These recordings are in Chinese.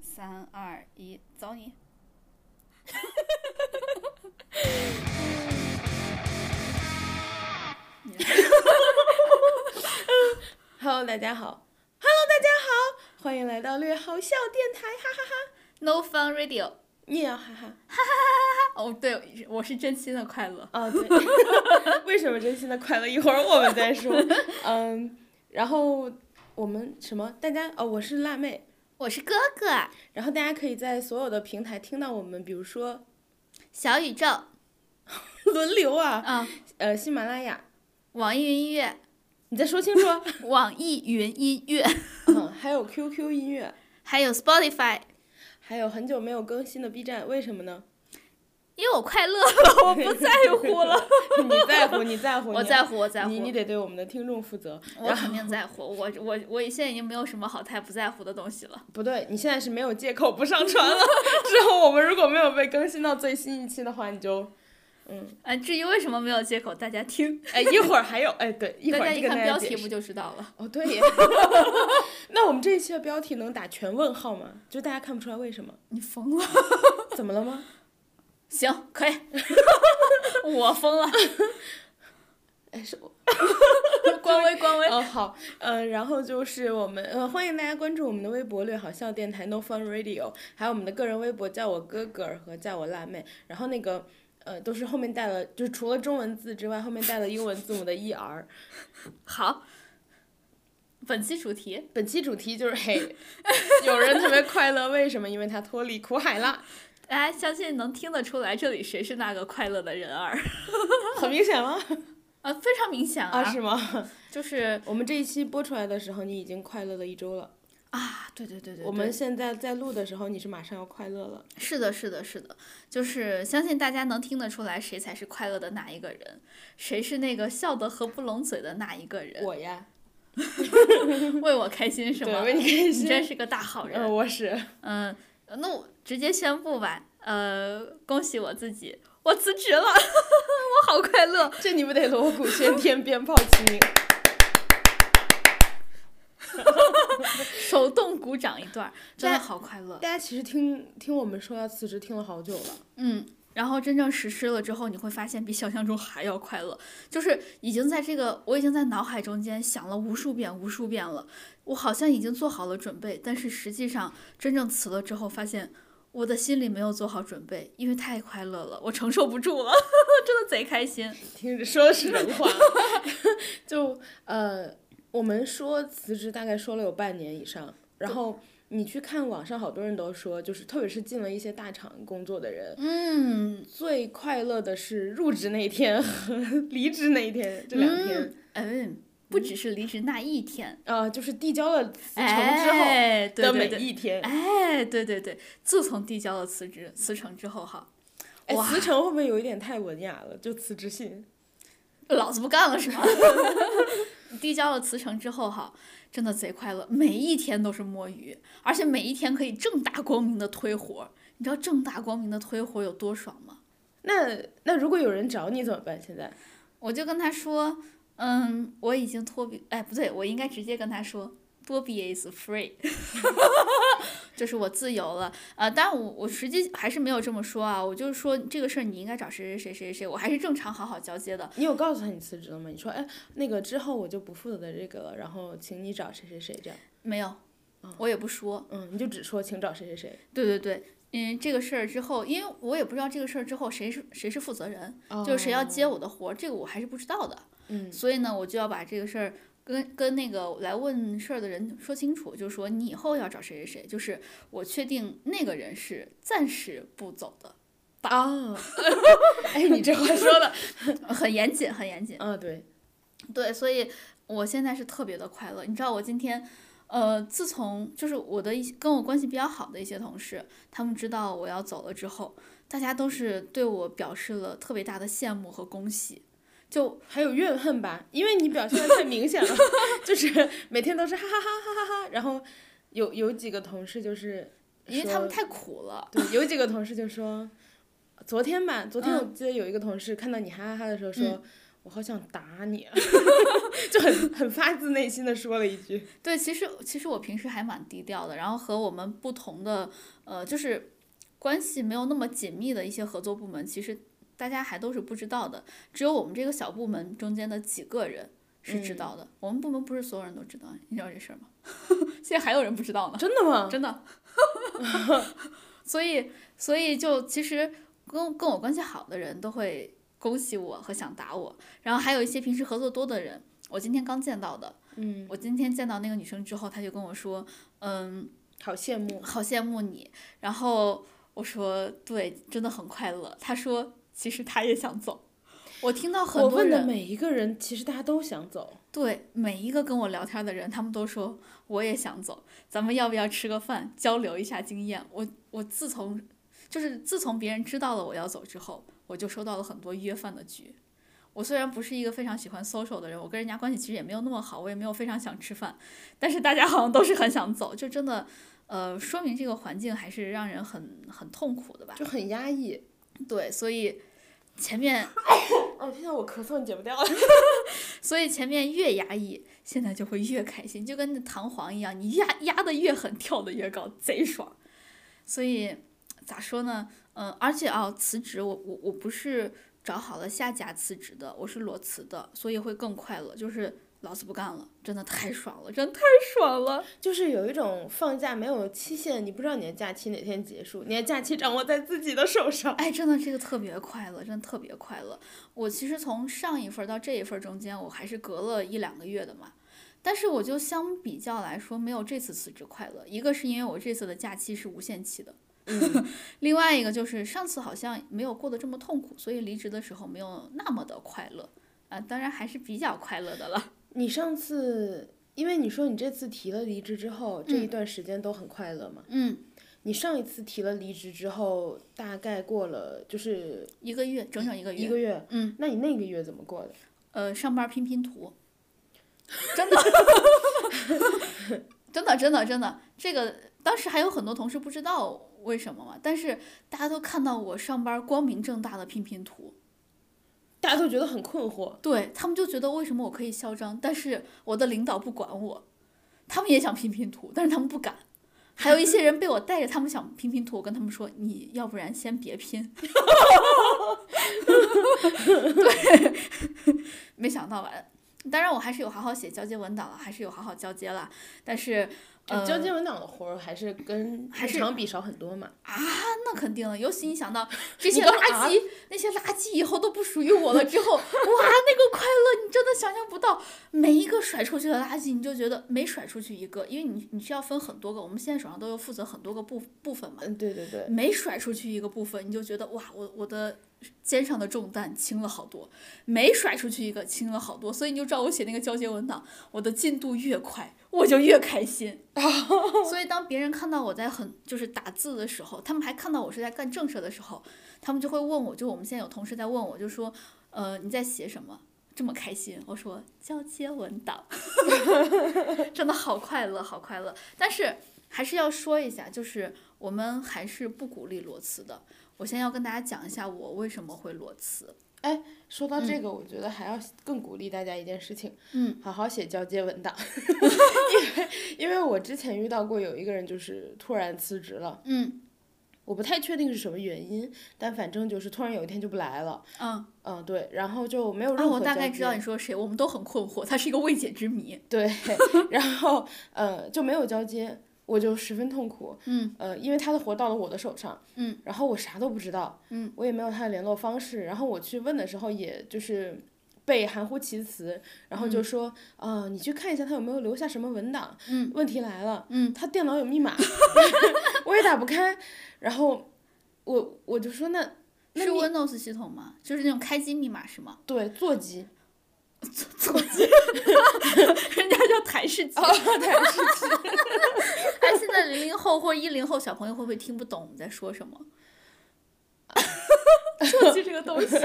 三二一，走你！ Hello，大家好，Hello，大家好，欢迎来到略好笑电台，哈哈哈 No Fun Radio。啊你也要哈哈。哦，对，我是真心的快乐。哦，对， 为什么真心的快乐？一会儿我们再说。嗯，然后我们什么？大家哦，我是辣妹。我是哥哥，然后大家可以在所有的平台听到我们，比如说小宇宙，轮流啊，啊，呃，喜马拉雅，网易云音乐，你再说清楚。啊 网易云音乐，嗯，还有 QQ 音乐，还有 Spotify。还有很久没有更新的 B 站，为什么呢？ 因为我快乐了，我不在乎了。你在乎，你在 乎，我你在乎，我在你乎你，得对我们的听众负责。我肯定在乎。我我我现在已经没有什么好太不在乎的东西了。不对，你现在是没有借口不上传了。之后我们如果没有被更新到最新一期的话，你就，嗯，啊，至于为什么没有借口，大家听， 哎，一会儿还有，哎，对，一大会家儿这一个看大家标解题释不就知道了。哦，对耶。 那我们这一期的标题能打全问号吗？就大家看不出来为什么？你疯了？怎么了吗？ 行，可以。 我疯了， 哎，是我。官微官微。哦，好，呃，然后就是我们，呃，欢迎大家关注我们的微博“略好笑电台 No Fun Radio”，还有我们的个人微博叫我哥哥儿和叫我辣妹，然后那个。呃，都是后面带了，就是除了中文字之外，后面带了英文字母的 er。好，本期主题本期主题就是嘿， 有人特别快乐，为什么？因为他脱离苦海 啦，大家相信能听得出来，这里谁是那个快乐的人儿很明显吗？啊？非常明显啊，是吗？就是我们这一期播出来的时候，你已经快乐了一周了。啊，对对对对，我对们现在在录的时候，你是马上要快乐了。是的，是的，是的，就是相信大家能听得出来，谁才是快乐的那一个人，谁是那个笑得合不拢嘴的那一个 人，我呀，为我开心是对，吗？为你开你心。真是个大好 嗯、人。我是。嗯，那我直接宣布吧，呃，恭喜我自己，我辞职了， 我好快乐。这你不得锣鼓喧天，鞭炮齐鸣？手动鼓掌一 段儿，真的但好快乐 大。家其实听听我们说要辞职，听了好久了。嗯，然后真正实施了之后，你会发现比想象中还要快乐，就是已经在这个，我已经在脑海中间想了无数遍、无数遍了，我好像已经做好了准备，但是实际上真正辞了之后，发现我的心里没有做好准备，因为太快乐了，我承受不住了， 真的贼开心。听着说的是人话， 就呃，我们说辞职大概说了有半年以上，然后。你去看网上，好多人都说，就是特别是进了一些大厂工作的人，嗯，最快乐的是入职那一天和 离职那一天这两天，嗯，不只是离职那一天，啊，就是递交了辞呈之后哎，对的对每对。一天。哎，对对对，自从递交了辞职辞呈之后哈，哎，哇辞呈会不会有一点太文雅了？就辞职信。老子不干了是吗？ 递交了辞呈之后哈，真的贼快乐，每一天都是摸鱼，而且每一天可以正大光明的推活儿。你知道正大光明的推活儿有多爽吗？那那如果有人找你怎么办？现在我就跟他说，嗯，我已经脱毕，哎，不对，我应该直接跟他说。多毕业 is free，就是我自由了。呃，当然我我实际还是没有这么说啊，我就是说这个事儿你应该找谁谁谁谁谁，我还是正常好好交接的。你有告诉他你辞职了吗？你说哎，那个之后我就不负责这个了，然后请你找谁谁谁这样，没有，我也不说。嗯，你就只说请找谁谁谁。对对对，嗯，这个事儿之后，因为我也不知道这个事儿之后谁是谁是负责人，就是谁要接我的活儿，这个我还是不知道的。哦嗯，所以呢，我就要把这个事儿跟跟那个来问事儿的人说清楚，就说你以后要找谁谁谁，就是我确定那个人是暂时不走的， 啊？哎，你这话说的，很严谨，很严谨。啊，对，对，所以我现在是特别的快乐。你知道我今天，呃，自从就是我的一些跟我关系比较好的一些同事，他们知道我要走了之后，大家都是对我表示了特别大的羡慕和恭喜。就还有怨恨吧，因为你表现的太明显了， 就是每天都是哈哈哈哈哈哈，然后有有几个同事就是说，因为他们太苦了，对，有几个同事就说，昨天吧，昨天嗯我记得有一个同事看到你哈哈哈的时候说，我好想打你、啊， 就很很发自内心的说了一句。对，其实其实我平时还蛮低调的，然后和我们不同的呃，就是关系没有那么紧密的一些合作部门，其实大家还都是不知道的，只有我们这个小部门中间的几个人是知道的。我们部门不是所有人都知道，你知道这事儿吗？ 现在还有人不知道呢，真的吗？真的。 所以所以就其实跟跟我关系好的人都会。恭喜我和想打我，然后还有一些平时合作多的人，我今天刚见到的，嗯，我今天见到那个女生之后，她就跟我说，嗯，好羡慕，好羡慕你。然后我说，对，真的很快乐。她说，其实她也想走。我听到很我多问的人，每一个人，其实大家都想走。对每一个跟我聊天的人，他们都说我也想走，咱们要不要吃个饭，交流一下经验？我我自从就是自从别人知道了我要走之后，我就收到了很多约饭的局。我虽然不是一个非常喜欢 social 的人，我跟人家关系其实也没有那么好，我也没有非常想吃饭，但是大家好像都是很想走，就真的，呃，说明这个环境还是让人很很痛苦的吧？就很压抑。对，所以前面哦，听到我咳嗽，你解不掉了。所以前面越压抑，现在就会越开心，就跟那弹簧一样，你压压的越狠，跳的越高，贼爽。所以咋说呢？嗯，而且啊，辞职我我我不是找好了下家辞职的，我是裸辞的，所以会更快乐。就是老子不干了，真的太爽了，真的太爽了。 就是有一种放假没有期限，你不知道你的假期哪天结束，你的假期掌握在自己的手上。 哎，真的这个特别快乐，真的特别快乐。我其实从上一份儿到这一份儿中间，我还是隔了一两个月的嘛。但是我就相比较来说，没有这次辞职快乐。一个是因为我这次的假期是无限期的， 另外一个就是上次好像没有过得这么痛苦，所以离职的时候没有那么的快乐。啊，当然还是比较快乐的了。你上次，因为你说你这次提了离职之后，这一段时间都很快乐嘛？嗯，你上一次提了离职之后，大概过了就是一个月，整整一个一月。个月。嗯，那你那个月怎么过的？呃，上班拼拼图，真的，真的，真的，真的，这个当时还有很多同事不知道为什么嘛，但是大家都看到我上班光明正大的拼拼图，大家都觉得很困惑。对他们就觉得为什么我可以嚣张，但是我的领导不管我，他们也想拼拼图，但是他们不敢。还有一些人被我带着，他们想拼拼图，我跟他们说，你要不然先别拼。 对，没想到吧？当然，我还是有好好写交接文档了，还是有好好交接了。但是，呃，交接文档的活儿还是跟还日是常比少很多嘛。那肯定了，尤其你想 到这些你刚垃啊圾，那些垃圾以后都不属于我了之 后，哇，那个快乐你真的想象不到。每一个甩出去的垃圾，你就觉得每甩出去一个，因为你你是要分很多个，我们现在手上都有负责很多个部部分嘛，嗯，对对对。每甩出去一个部分，你就觉得哇，我我的肩上的重担轻了好多，每甩出去一个轻了好多，所以你就知道我写那个交接文档，我的进度越快，我就越开心。所以当别人看到我在很就是打字的时候，他们还看到我是在干正事的时候，他们就会问我，就我们现在有同事在问我，就说，呃，你在写什么？这么开心，我说交接文档， 真的好快乐，好快乐。但是还是要说一下，就是我们还是不鼓励裸辞的。我先要跟大家讲一下我为什么会裸辞。哎说到这个，我觉得还要更鼓励大家一件事情，嗯，好好写交接 文档，因为因为我之前遇到过有一个人就是突然辞职了，嗯我不太确定是什么原因，但反正就是突然有一天就不来了，嗯，嗯，对，然后就没有啊，任何我大概交接知道你说谁，我们都很困惑，它是一个未解之谜。 对，然后呃就没有交接，我就十分痛苦。嗯，呃，因为他的活到了我的手上，嗯，然后我啥都不知道，嗯，我也没有他的联络方式，然后我去问的时候，也就是被含糊其辞，然后就说，啊，你去看一下他有没有留下什么文档，嗯，问题来了，嗯，他电脑有 密码，我也打不开，然后我我就说那那是你 Windows 系统吗？就是那种开机密码是吗？ 对座机，人家叫台式机。对，哎，现在零零后或者一零后小朋友会不会听不懂我们在说什么？ 手机这个东西，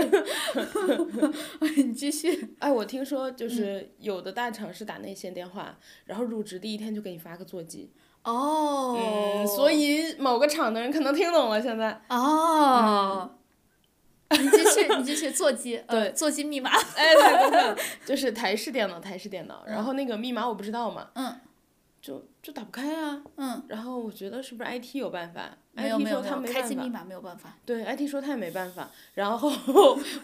你继续。哎，我听说嗯就是有的大厂是打内线电话，然后入职第一天就给你发个座机，哦 嗯，所以某个厂的人可能听懂了现在。哦，你继续，你继续座 机，呃，座机密码，哎，对对对，就是台式电脑，台式电脑，然后那个密码我不知道嘛，嗯，就就打不开啊，嗯，然后我觉得是不是 IT 有办法没有？IT 没有哎说没他有，开没办机密法，码没有 办法，对，IT 说他也没办法，然后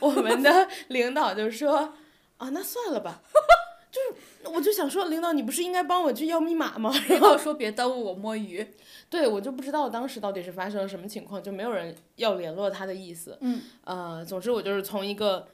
我们的领导就说，啊，那算了吧， 就是我就想说，领导你不是应该帮我去要密码吗？领导说别耽误我摸鱼，对，我就不知道当时到底是发生了什么情况，就没有人要联络他的意思。嗯，呃，总之我就是从一个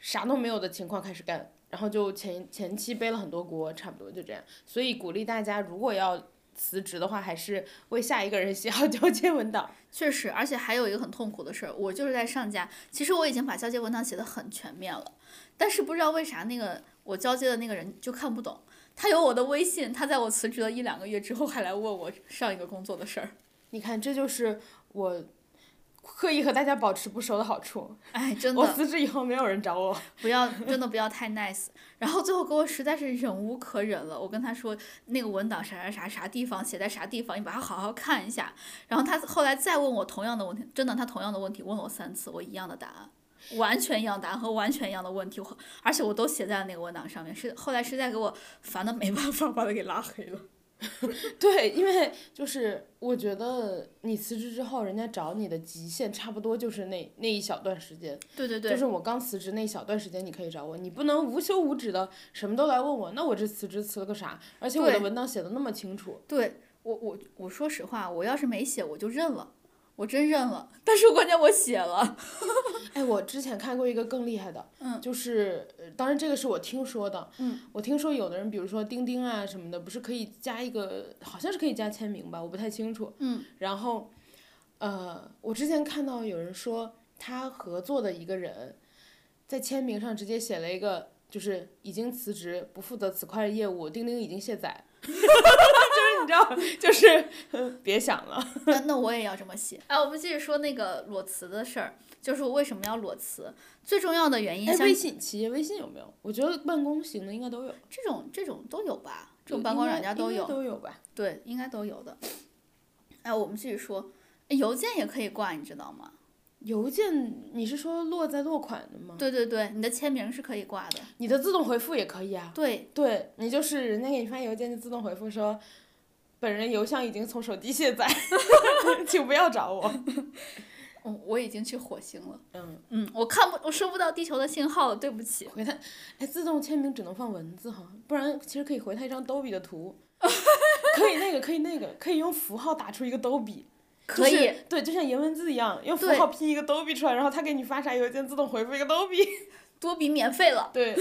啥都没有的情况开始干，然后就前前期背了很多锅，差不多就这样。所以鼓励大家，如果要辞职的话，还是为下一个人写好交接文档。确实，而且还有一个很痛苦的事儿，我就是在上家，其实我已经把交接文档写的很全面了，但是不知道为啥那个我交接的那个人就看不懂，他有我的微信，他在我辞职了一两个月之后还来问我上一个工作的事儿， 你看，这就是我刻意和大家保持不熟的好处。哎，真的，我辞职以后，没有人找我。不要，真的不要太 nice。然后最后给我实在是忍无可忍了，我跟他说那个文档啥啥啥啥地方写在啥地方，你把它好好看一下。然后他后来再问我同样的问题，真的他同样的问题问了我三次，我一样的答案，完全一样答案和完全一样的问题，我而且我都写在了那个文档上面。是后来实在给我烦的没办法，把他给拉黑了。对，因为就是我觉得你辞职之后，人家找你的极限差不多就是那那一小段时间，对对就对，是我刚辞职那一小段时间，你可以找我，你不能无休无止的什么都来问我，那我这辞职辞了个啥？而且我的对文档写的那么清楚，对我我我说实话，我要是没写我就认了，我真认了。但是关键我写了，哎，我之前看过一个更厉害的，嗯就是呃当然这个是我听说的，嗯，我听说有的人，比如说钉钉啊什么的，不是可以加一个，好像是可以加签名吧，我不太清楚，嗯，然后，呃，我之前看到有人说他合作的一个人，在签名上直接写了一个，就是已经辞职，不负责此块业务，钉钉已经卸载。 就是你知道，就是呃别想了。 那那我也要这么写。哎，我们接着说那个裸辞的事儿，就是我为什么要裸辞，最重要的原因哎，像微信企业微信有没有？我觉得办公型的应该都有，这种这种都有吧，这种有办公应软该件都应该有，都有吧？对，应该都有的。哎，我们继续说，哎邮件也可以挂，你知道吗？邮件你是说落在落款的吗？对对对，你的签名是可以挂的。你的自动回复也可以啊。对对你就是人家给你发邮件就自动回复说，本人邮箱已经从手机卸载， 请不要找我。我嗯我已经去火星了，嗯，嗯，我看不我收不到地球的信号了，对不起。回他，哎，自动签名只能放文字哈，不然其实可以回他一张逗比的 图，可以那个可以那个可以用符号打出一个逗比。就可是以，对，就像颜文字一样，用符对号拼一个逗比出来，然后他给你发啥邮件，自动回复一个逗比。多比免费了。 对，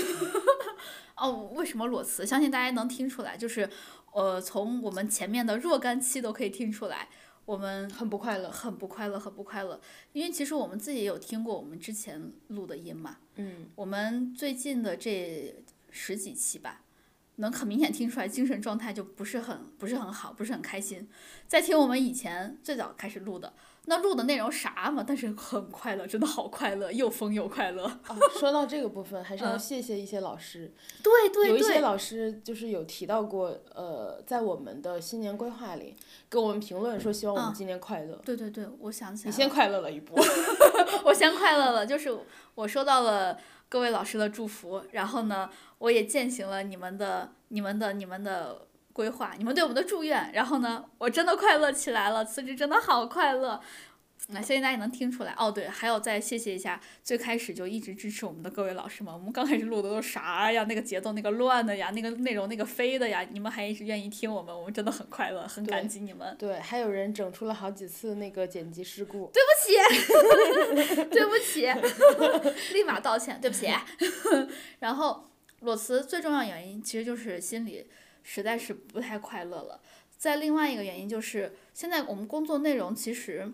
哦，为什么裸辞？相信大家能听出来，就是，呃，从我们前面的若干期都可以听出来，我们很不快乐。很不快乐，很不快乐。因为其实我们自己也有听过我们之前录的音嘛，嗯，我们最近的这十几期吧，能很明显听出来精神状态就不是很不是很好，不是很开心。再听我们以前最早开始录的，那录的内容啥嘛，但是很快乐，真的好快乐，又疯又快乐。啊，说到这个部分，还是要嗯谢谢一些老师，对对有一些对，老师就是有提到过，呃，在我们的新年规划里给我们评论说，希望我们嗯今年快乐。对对对，我想起你来先了，快乐了一波， 我先快乐了，就是我收到了各位老师的祝福，然后呢，我也践行了你们的、你们的、你们的规划，你们对我们的祝愿，然后呢，我真的快乐起来了，辞职真的好快乐。那相信大家也能听出来哦，对，还有再谢谢一下最开始就一直支持我们的各位老师们，我们刚开始录的都是啥呀？那个节奏那个乱的呀，那个内容那个飞的呀，你们还一直愿意听我们，我们真的很快乐，很感对激你们。对，还有人整出了好几次那个剪辑事故，对不起， 立马道歉，对不起。 然后裸辞最重要原因其实就是心里实在是不太快乐了。再另外一个原因就是，现在我们工作内容其实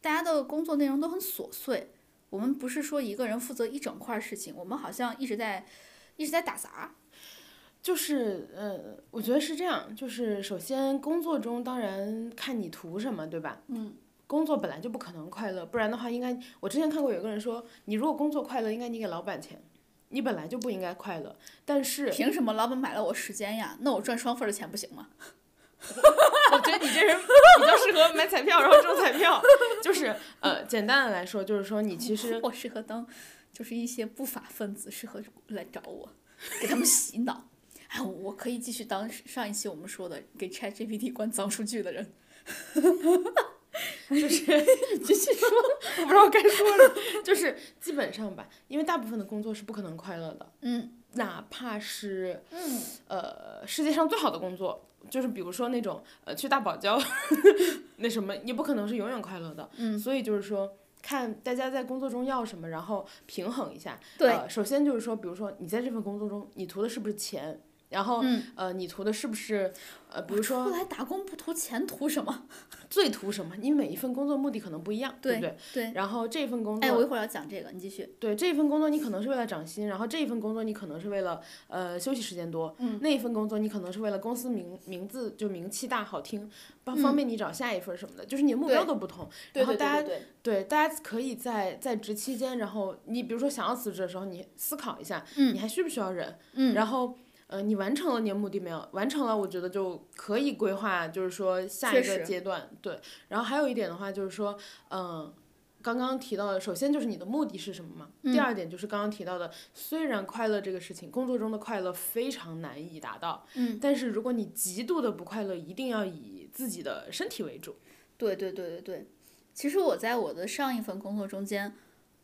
大家的工作内容都很琐碎，我们不是说一个人负责一整块儿事情，我们好像一直在一直在打杂。就是，呃，我觉得是这样，就是首先工作中当然看你图什么，对吧？嗯，工作本来就不可能快乐，不然的话，应该我之前看过有个人说，你如果工作快乐，应该你给老板钱，你本来就不应该快乐，但是凭什么老板买了我时间呀？那我赚双份儿的钱不行吗？ 我觉得你这人比较适合买彩票，然后中彩票。就是呃，简单的来说，就是说你其实 我适合当，就是一些不法分子适合来找我，给他们洗脑。哎，我可以继续当上一期我们说的给 ChatGPT 灌脏数据的人。就是你继续说，我不知道该说什么。就是基本上吧，因为大部分的工作是不可能快乐的，嗯哪怕是嗯，呃世界上最好的工作，就是比如说那种呃去大堡礁 那什么，也不可能是永远快乐的。嗯所以就是说。看大家在工作中要什么，然后平衡一下。对呃，首先就是说，比如说你在这份工作中，你图的是不是钱？然后，嗯呃，你图的是不是，呃，比如说后来打工不图钱，图什么？最图什么？你每一份工作目的可能不一样，对不对？对。然后这份工作，哎，我一会儿要讲这个，你继续。对这份工作你可能是为了涨薪，然后这一份工作你可能是为了呃休息时间多，嗯那一份工作你可能是为了公司名名字就名气大好听，方方便你找下一份什么的，就是你的目标嗯对都不同。然后大家对，对大家可以在在职期间，然后你比如说想要辞职的时候，你思考一下，嗯你还需不需要忍？嗯然后。呃，你完成了你的目的没有？完成了，我觉得就可以规划，就是说下确一个实阶段。对，然后还有一点的话就是说，嗯、刚刚提到的，首先就是你的目的是什么嘛？嗯第二点就是刚刚提到的，虽然快乐这个事情，工作中的快乐非常难以达到，嗯，但是如果你极度的不快乐，一定要以自己的身体为主。对对对对对，其实我在我的上一份工作中间，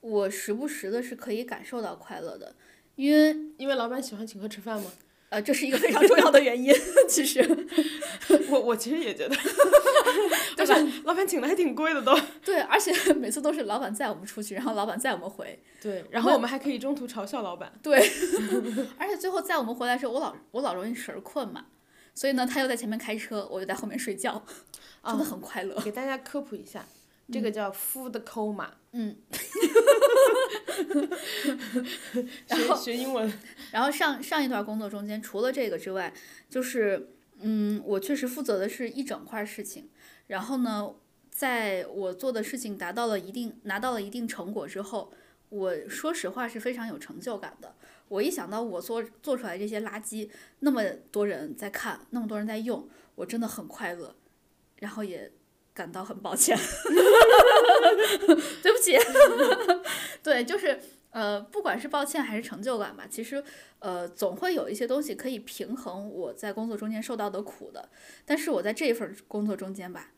我时不时的是可以感受到快乐的，因为因为老板喜欢请客吃饭吗？呃，这是一个非常重要的原因。 其实， 我我其实也觉得，对吧？老板请的还挺贵的都。对，而且每次都是老板载我们出去，然后老板载我们回， 对，然后我们还可以中途嘲笑老 板。而且最后载我们回来的时候，我老我老容易神儿困嘛，所以呢，他又在前面开车，我就在后面睡觉，真的很快乐。给大家科普一下，这个叫 food coma， 嗯，学学英文。然后上上一段工作中间，除了这个之外，就是嗯，我确实负责的是一整块事情。然后呢，在我做的事情达到了一定拿到了一定成果之后，我说实话是非常有成就感的。我一想到我做做出来这些垃圾，那么多人在看，那么多人在用，我真的很快乐，然后也感到很抱歉， 对不起， 对，就是呃，不管是抱歉还是成就感吧，其实呃，总会有一些东西可以平衡我在工作中间受到的苦的。但是我在这一份工作中间吧，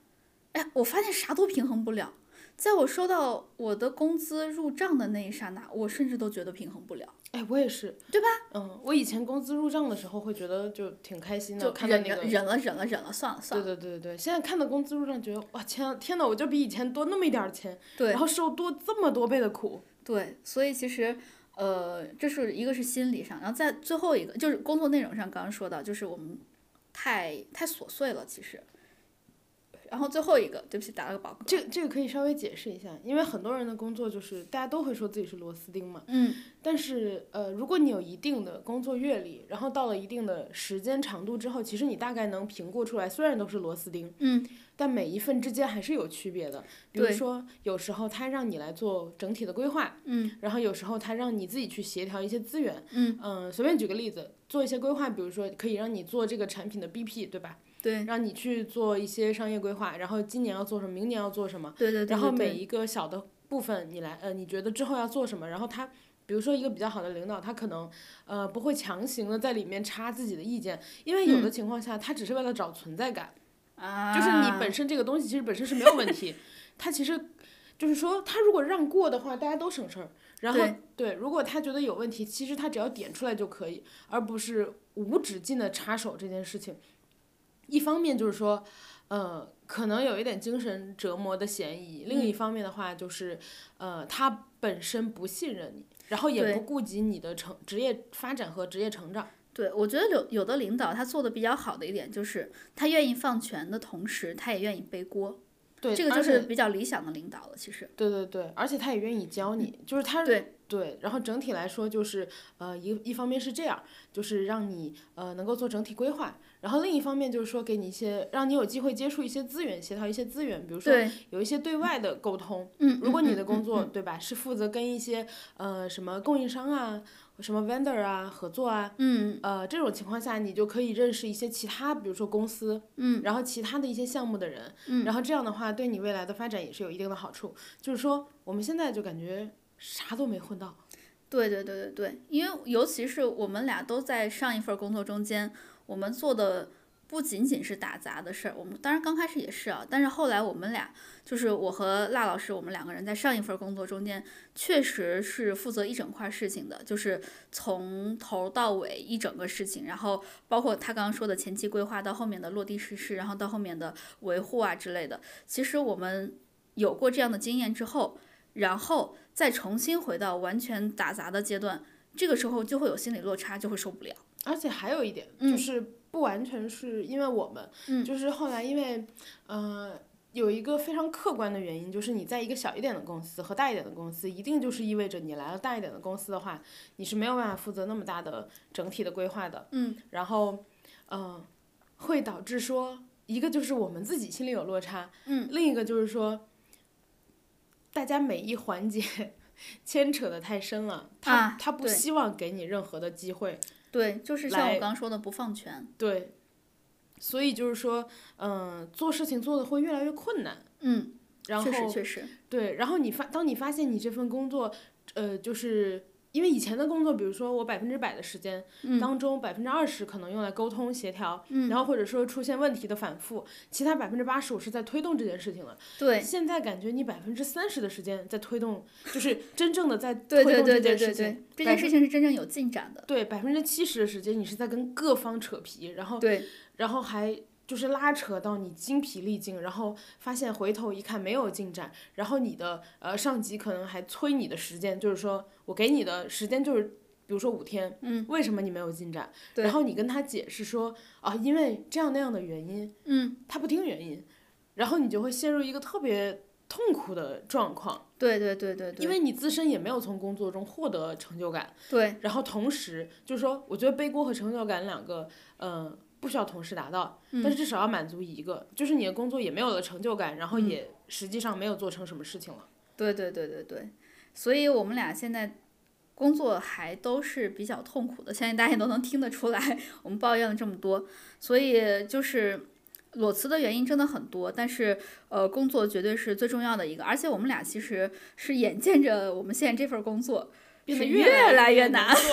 哎，我发现啥都平衡不了。在我收到我的工资入账的那一刹那，我甚至都觉得平衡不了， 哎，我也是，对吧？嗯，我以前工资入账的时候会觉得就啊挺开心的，就看到忍那着个。忍了忍了忍了，算了算对了，对对对对，现在看到工资入账，觉得哇天啊天呐，我就比以前多那么一点儿钱，对然后受多这么多倍的苦，对，所以其实。呃，这是一个是心理上，然后在最后一个就是工作内容上，刚刚说到，就是我们太太琐碎了，其实。然后最后一个，对不起，打了个饱嗝。这个这个可以稍微解释一下，因为很多人的工作就是大家都会说自己是螺丝钉嘛，嗯，但是呃，如果你有一定的工作阅历，然后到了一定的时间长度之后，其实你大概能评估出来，虽然都是螺丝钉，嗯，但每一份之间还是有区别的。比如对说，有时候他让你来做整体的规划，嗯，然后有时候他让你自己去协调一些资源，嗯随便举个例子，做一些规划，比如说可以让你做这个产品的 BP，对吧？对让你去做一些商业规划，然后今年要做什么，明年要做什么。对对对。然后对对每一个小的部分，你来呃，你觉得之后要做什么？然后他，比如说一个比较好的领导，他可能呃不会强行的在里面插自己的意见，因为有嗯的情况下、他只是为了找存在感，啊，就是你本身这个东西其实本身是没有问 题，他其实就是说他如果让过的话，大家都省事儿。然后对对，如果他觉得有问题，其实他只要点出来就可以，而不是无止境的插手这件事情。一方面就是说，呃，可能有一点精神折磨的嫌疑；嗯另一方面的话，就是，呃，他本身不信任你，然后也对不顾及你的成职业发展和职业成长。对，我觉得有有的领导他做的比较好的一点就是，他愿意放权的同时，他也愿意背锅，对，这个而就是且比较理想的领导了。其实，对对对，而且他也愿意教你，嗯就是他对对，然后整体来说就是，呃，一一方面是这样，就是让你呃能够做整体规划，然后另一方面就是说给你一些，让你有机会接触一些资源，协调一些资源，比如说对，有一些对外的沟通，嗯，如果嗯你的嗯工嗯作对吧是负责跟一些呃什么供应商啊，什么 vendor 啊、合作啊，嗯呃，这种情况下，你就可以认识一些其他，比如说公司，嗯，然后其他的一些项目的人，嗯，然后这样的话，对你未来的发展也是有一定的好处。就是说，我们现在就感觉啥都没混到，对对对对对，因为尤其是我们俩都在上一份工作中间，我们做的不仅仅是打杂的事儿，我们当然刚开始也是啊，但是后来我们俩就是我和辣老师，我们两个人在上一份工作中间，确实是负责一整块事情的，就是从头到尾一整个事情，然后包括他刚刚说的前期规划到后面的落地实施，然后到后面的维护啊之类的。其实我们有过这样的经验之后，然后再重新回到完全打杂的阶段，这个时候就会有心理落差，就会受不了。而且还有一点，嗯就是不完全是因为我们，嗯就是后来因为，呃。有一个非常客观的原因，就是你在一个小一点的公司和大一点的公司，一定就是意味着你来了大一点的公司的话，你是没有办法负责那么大的整体的规划的。嗯，然后，嗯、会导致说，一个就是我们自己心里有落差，嗯，另一个就是说，大家每一环节 牵扯的太深了，他、啊他不对希望给你任何的机会，对，就是像我来刚刚说的不放权。对，所以就是说，嗯、做事情做的会越来越困难，嗯，然后确实确实，对，然后你发，当你发现你这份工作，呃，就是因为以前的工作，比如说我百分之百的时间、嗯当中，百分之二十可能用来沟通协调，然后或者说出现问题的反复，其他百分之八十我是在推动这件事情的。对现在感觉你百分之三十的时间在推动，就是 真正的在对推对动这对对对件事对情。，这百件分事情是真正有进展的。对，百分之七十的时间你是在跟各方扯皮，然后对，然后还就是拉扯到你精疲力尽，然后发现回头一看没有进展，然后你的呃上级可能还催你的时间，就是说我给你的时间就是比如说五天，嗯，为什么你没有进展？对然后你跟他解释说啊，因为这样那样的原因，嗯，他不听原因，然后你就会陷入一个特别痛苦的状况，对对对对对，因为你自身也没有从工作中获得成就感。对然后同时就是说，我觉得背锅和成就感两个，嗯、不需要同时达到，嗯但是至少要满足一个，就是你的工作也没有了成就感，然嗯后也实际上没有做成什么事情了。对对对对对，所以我们俩现在工作还都是比较痛苦的，相信大家也都能听得出来，我们抱怨了这么多，所以就是。裸辞的原因真的很多，但是呃，工作绝对是最重要的一个。而且我们俩其实是眼见着我们现在这份工作变得是越越来来越难难做，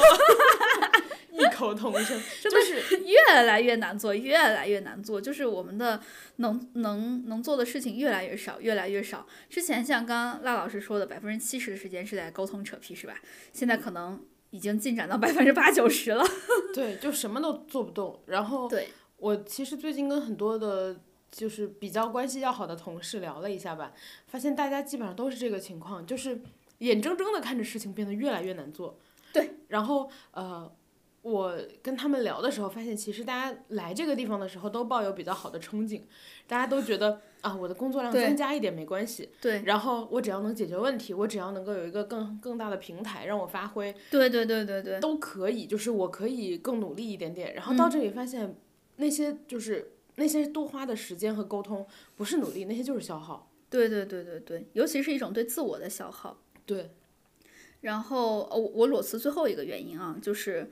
异口同声，就是越来越难做，越来越难做，就是我们的能能能做的事情越来越少，越来越少。之前像刚刚赖老师说的，百分之七十的时间是在沟通扯皮，是吧？现在可能已经进展到百分之八九十了。对，就什么都做不动。然后对，我其实最近跟很多的，就是比较关系要好的同事聊了一下吧，发现大家基本上都是这个情况，就是眼睁睁的看着事情变得越来越难做。对。然后呃，我跟他们聊的时候，发现其实大家来这个地方的时候都抱有比较好的憧憬，大家都觉得啊，我的工作量对增加一点没关系，对，然后我只要能解决问题，我只要能够有一个更更大的平台让我发挥，对对对对对，都可以，就是我可以更努力一点点。然后到这里发现，那些就是那些多花的时间和沟通，不是努力，那些就是消耗。对对对对对，尤其是一种对自我的消耗。对，然后呃我我裸辞最后一个原因啊，就是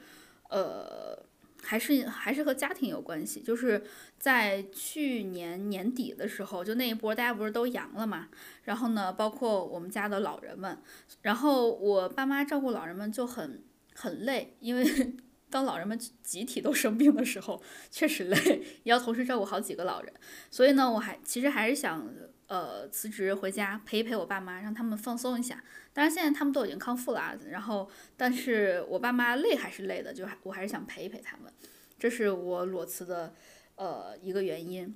呃，还是还是和家庭有关系。就是在去年年底的时候，就那一波大家不是都阳了嘛，然后呢，包括我们家的老人们，然后我爸妈照顾老人们就很很累，因为。 当老人们集体都生病的时候，确实累，也要同时照顾好几个老人。所以呢，我还其实还是想，呃，辞职回家陪一陪我爸妈，让他们放松一下。当然现在他们都已经康复了啊，然后但是我爸妈累还是累的，就还我还是想陪一陪他们，这是我裸辞的呃一个原因。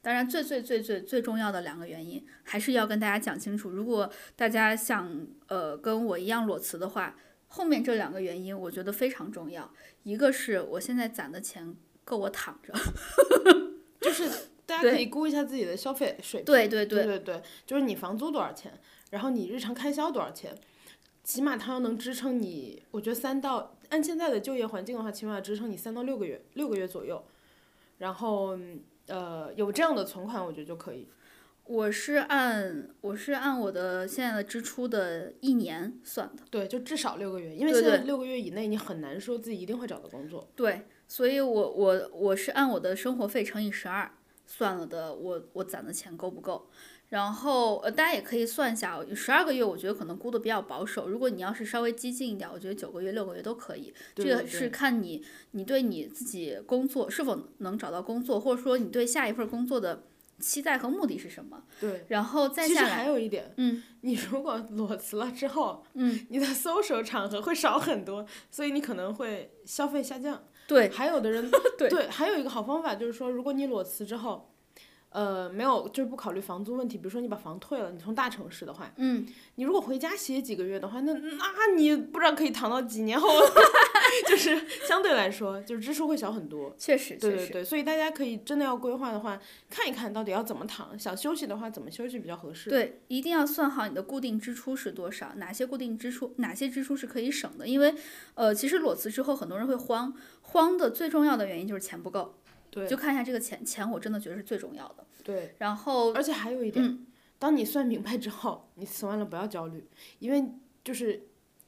当然，最最最最最重要的两个原因，还是要跟大家讲清楚。如果大家想呃跟我一样裸辞的话，后面这两个原因我觉得非常重要。一个是我现在攒的钱够我躺着， 就是大家可以估一下自己的消费水平。对对对对对对，就是你房租多少钱，然后你日常开销多少钱，起码它要能支撑你，我觉得三到按现在的就业环境的话，起码支撑你三到六个月，六个月左右。然后嗯呃，有这样的存款，我觉得就可以。我是按我是按我的现在的支出的一年算的，对，就至少六个月，因为对现在对六个月以内你很难说自己一定会找到工作。对，所以我我我是按我的生活费乘以十二算了的，我我攒的钱够不够？然后呃，大家也可以算一下，十二个月我觉得可能估的比较保守，如果你要是稍微激进一点，我觉得九个月、六个月都可以。这对个对是看你你对你自己工作是否能找到工作，或者说你对下一份工作的期待和目的是什么。对。然后再其实下还来，有一点，嗯，你如果裸辞了之后，嗯，你的 social 场合会少很多，所以你可能会消费下降。对还有的人对还有一个好方法就是说，如果你裸辞之后，呃，没有就是不考虑房租问题，比如说你把房退了，你从大城市的话，嗯，你如果回家歇几个月的话，那那你不知道可以躺到几年后， 就是相对来说就是支出会小很多。确实对确对实，对，所以大家可以真的要规划的话，看一看到底要怎么躺，想休息的话怎么休息比较合适。对，一定要算好你的固定支出是多少，哪些固定支出，哪些支出是可以省的，因为呃，其实裸辞之后很多人会慌，慌的最重要的原因就是钱不够，对就看一下这个钱，钱我真的觉得是最重要的。对，然后哦而且还有一点，嗯当你算明白之后，你辞完了不要焦虑，因为就是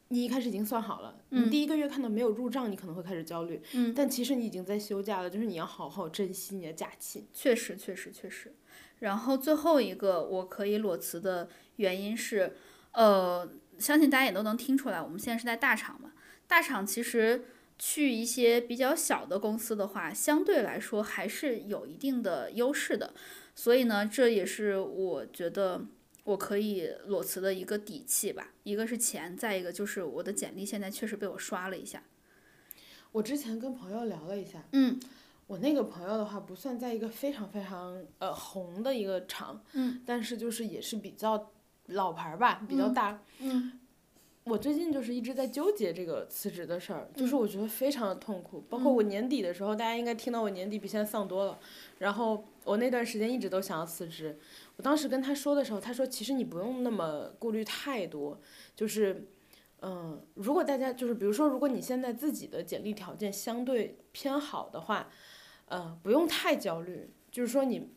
你一开始已经算好了，你第一个月看到没有入账，你可能会开始焦虑，嗯但其实你已经在休假了，就是你要好好珍惜你的假期。确实，确实，确实。然后最后一个我可以裸辞的原因是，呃，相信大家也都能听出来，我们现在是在大厂嘛，大厂其实去一些比较小的公司的话，相对来说还是有一定的优势的。所以呢，这也是我觉得我可以裸辞的一个底气吧。一个是钱，再一个就是我的简历现在确实被我刷了一下。我之前跟朋友聊了一下，嗯我那个朋友的话不算在一个非常非常呃红的一个厂，嗯，但是就是也是比较老牌儿吧，比较嗯大，嗯我最近就是一直在纠结这个辞职的事儿，就是我觉得非常的痛苦。包括我年底的时候，大家应该听到我年底比现在丧多了。然后我那段时间一直都想要辞职。我当时跟他说的时候，他说其实你不用那么顾虑太多，就是，嗯、如果大家就是比如说，如果你现在自己的简历条件相对偏好的话，呃，不用太焦虑，就是说你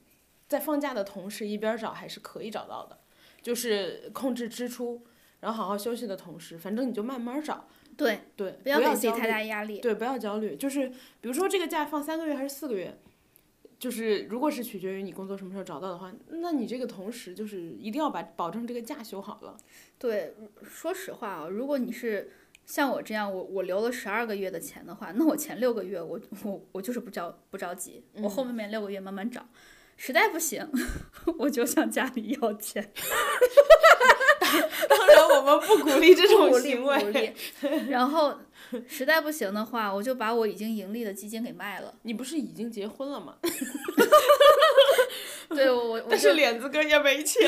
在放假的同时一边儿找还是可以找到的，就是控制支出。然后好好休息的同时，反正你就慢慢找，对，对，不不要给自己焦太虑，大压力。对，不要焦虑。就是比如说这个假放三个月还是四个月，就是如果是取决于你工作什么时候找到的话，那你这个同时就是一定要把保证这个假休好了。 对，说实话啊，如果你是像我这样，我我留了十二个月的钱的话，那我前六个月我我我就是不着不着急，我嗯后面六个月慢慢找，实在不行， 我就向家里要钱，当然，我们不鼓励这种鼓励行鼓为。励。然后实在不行的话，我就把我已经盈利的基金给卖了。 你不是已经结婚了吗？对我我我但就是脸子哥也没钱。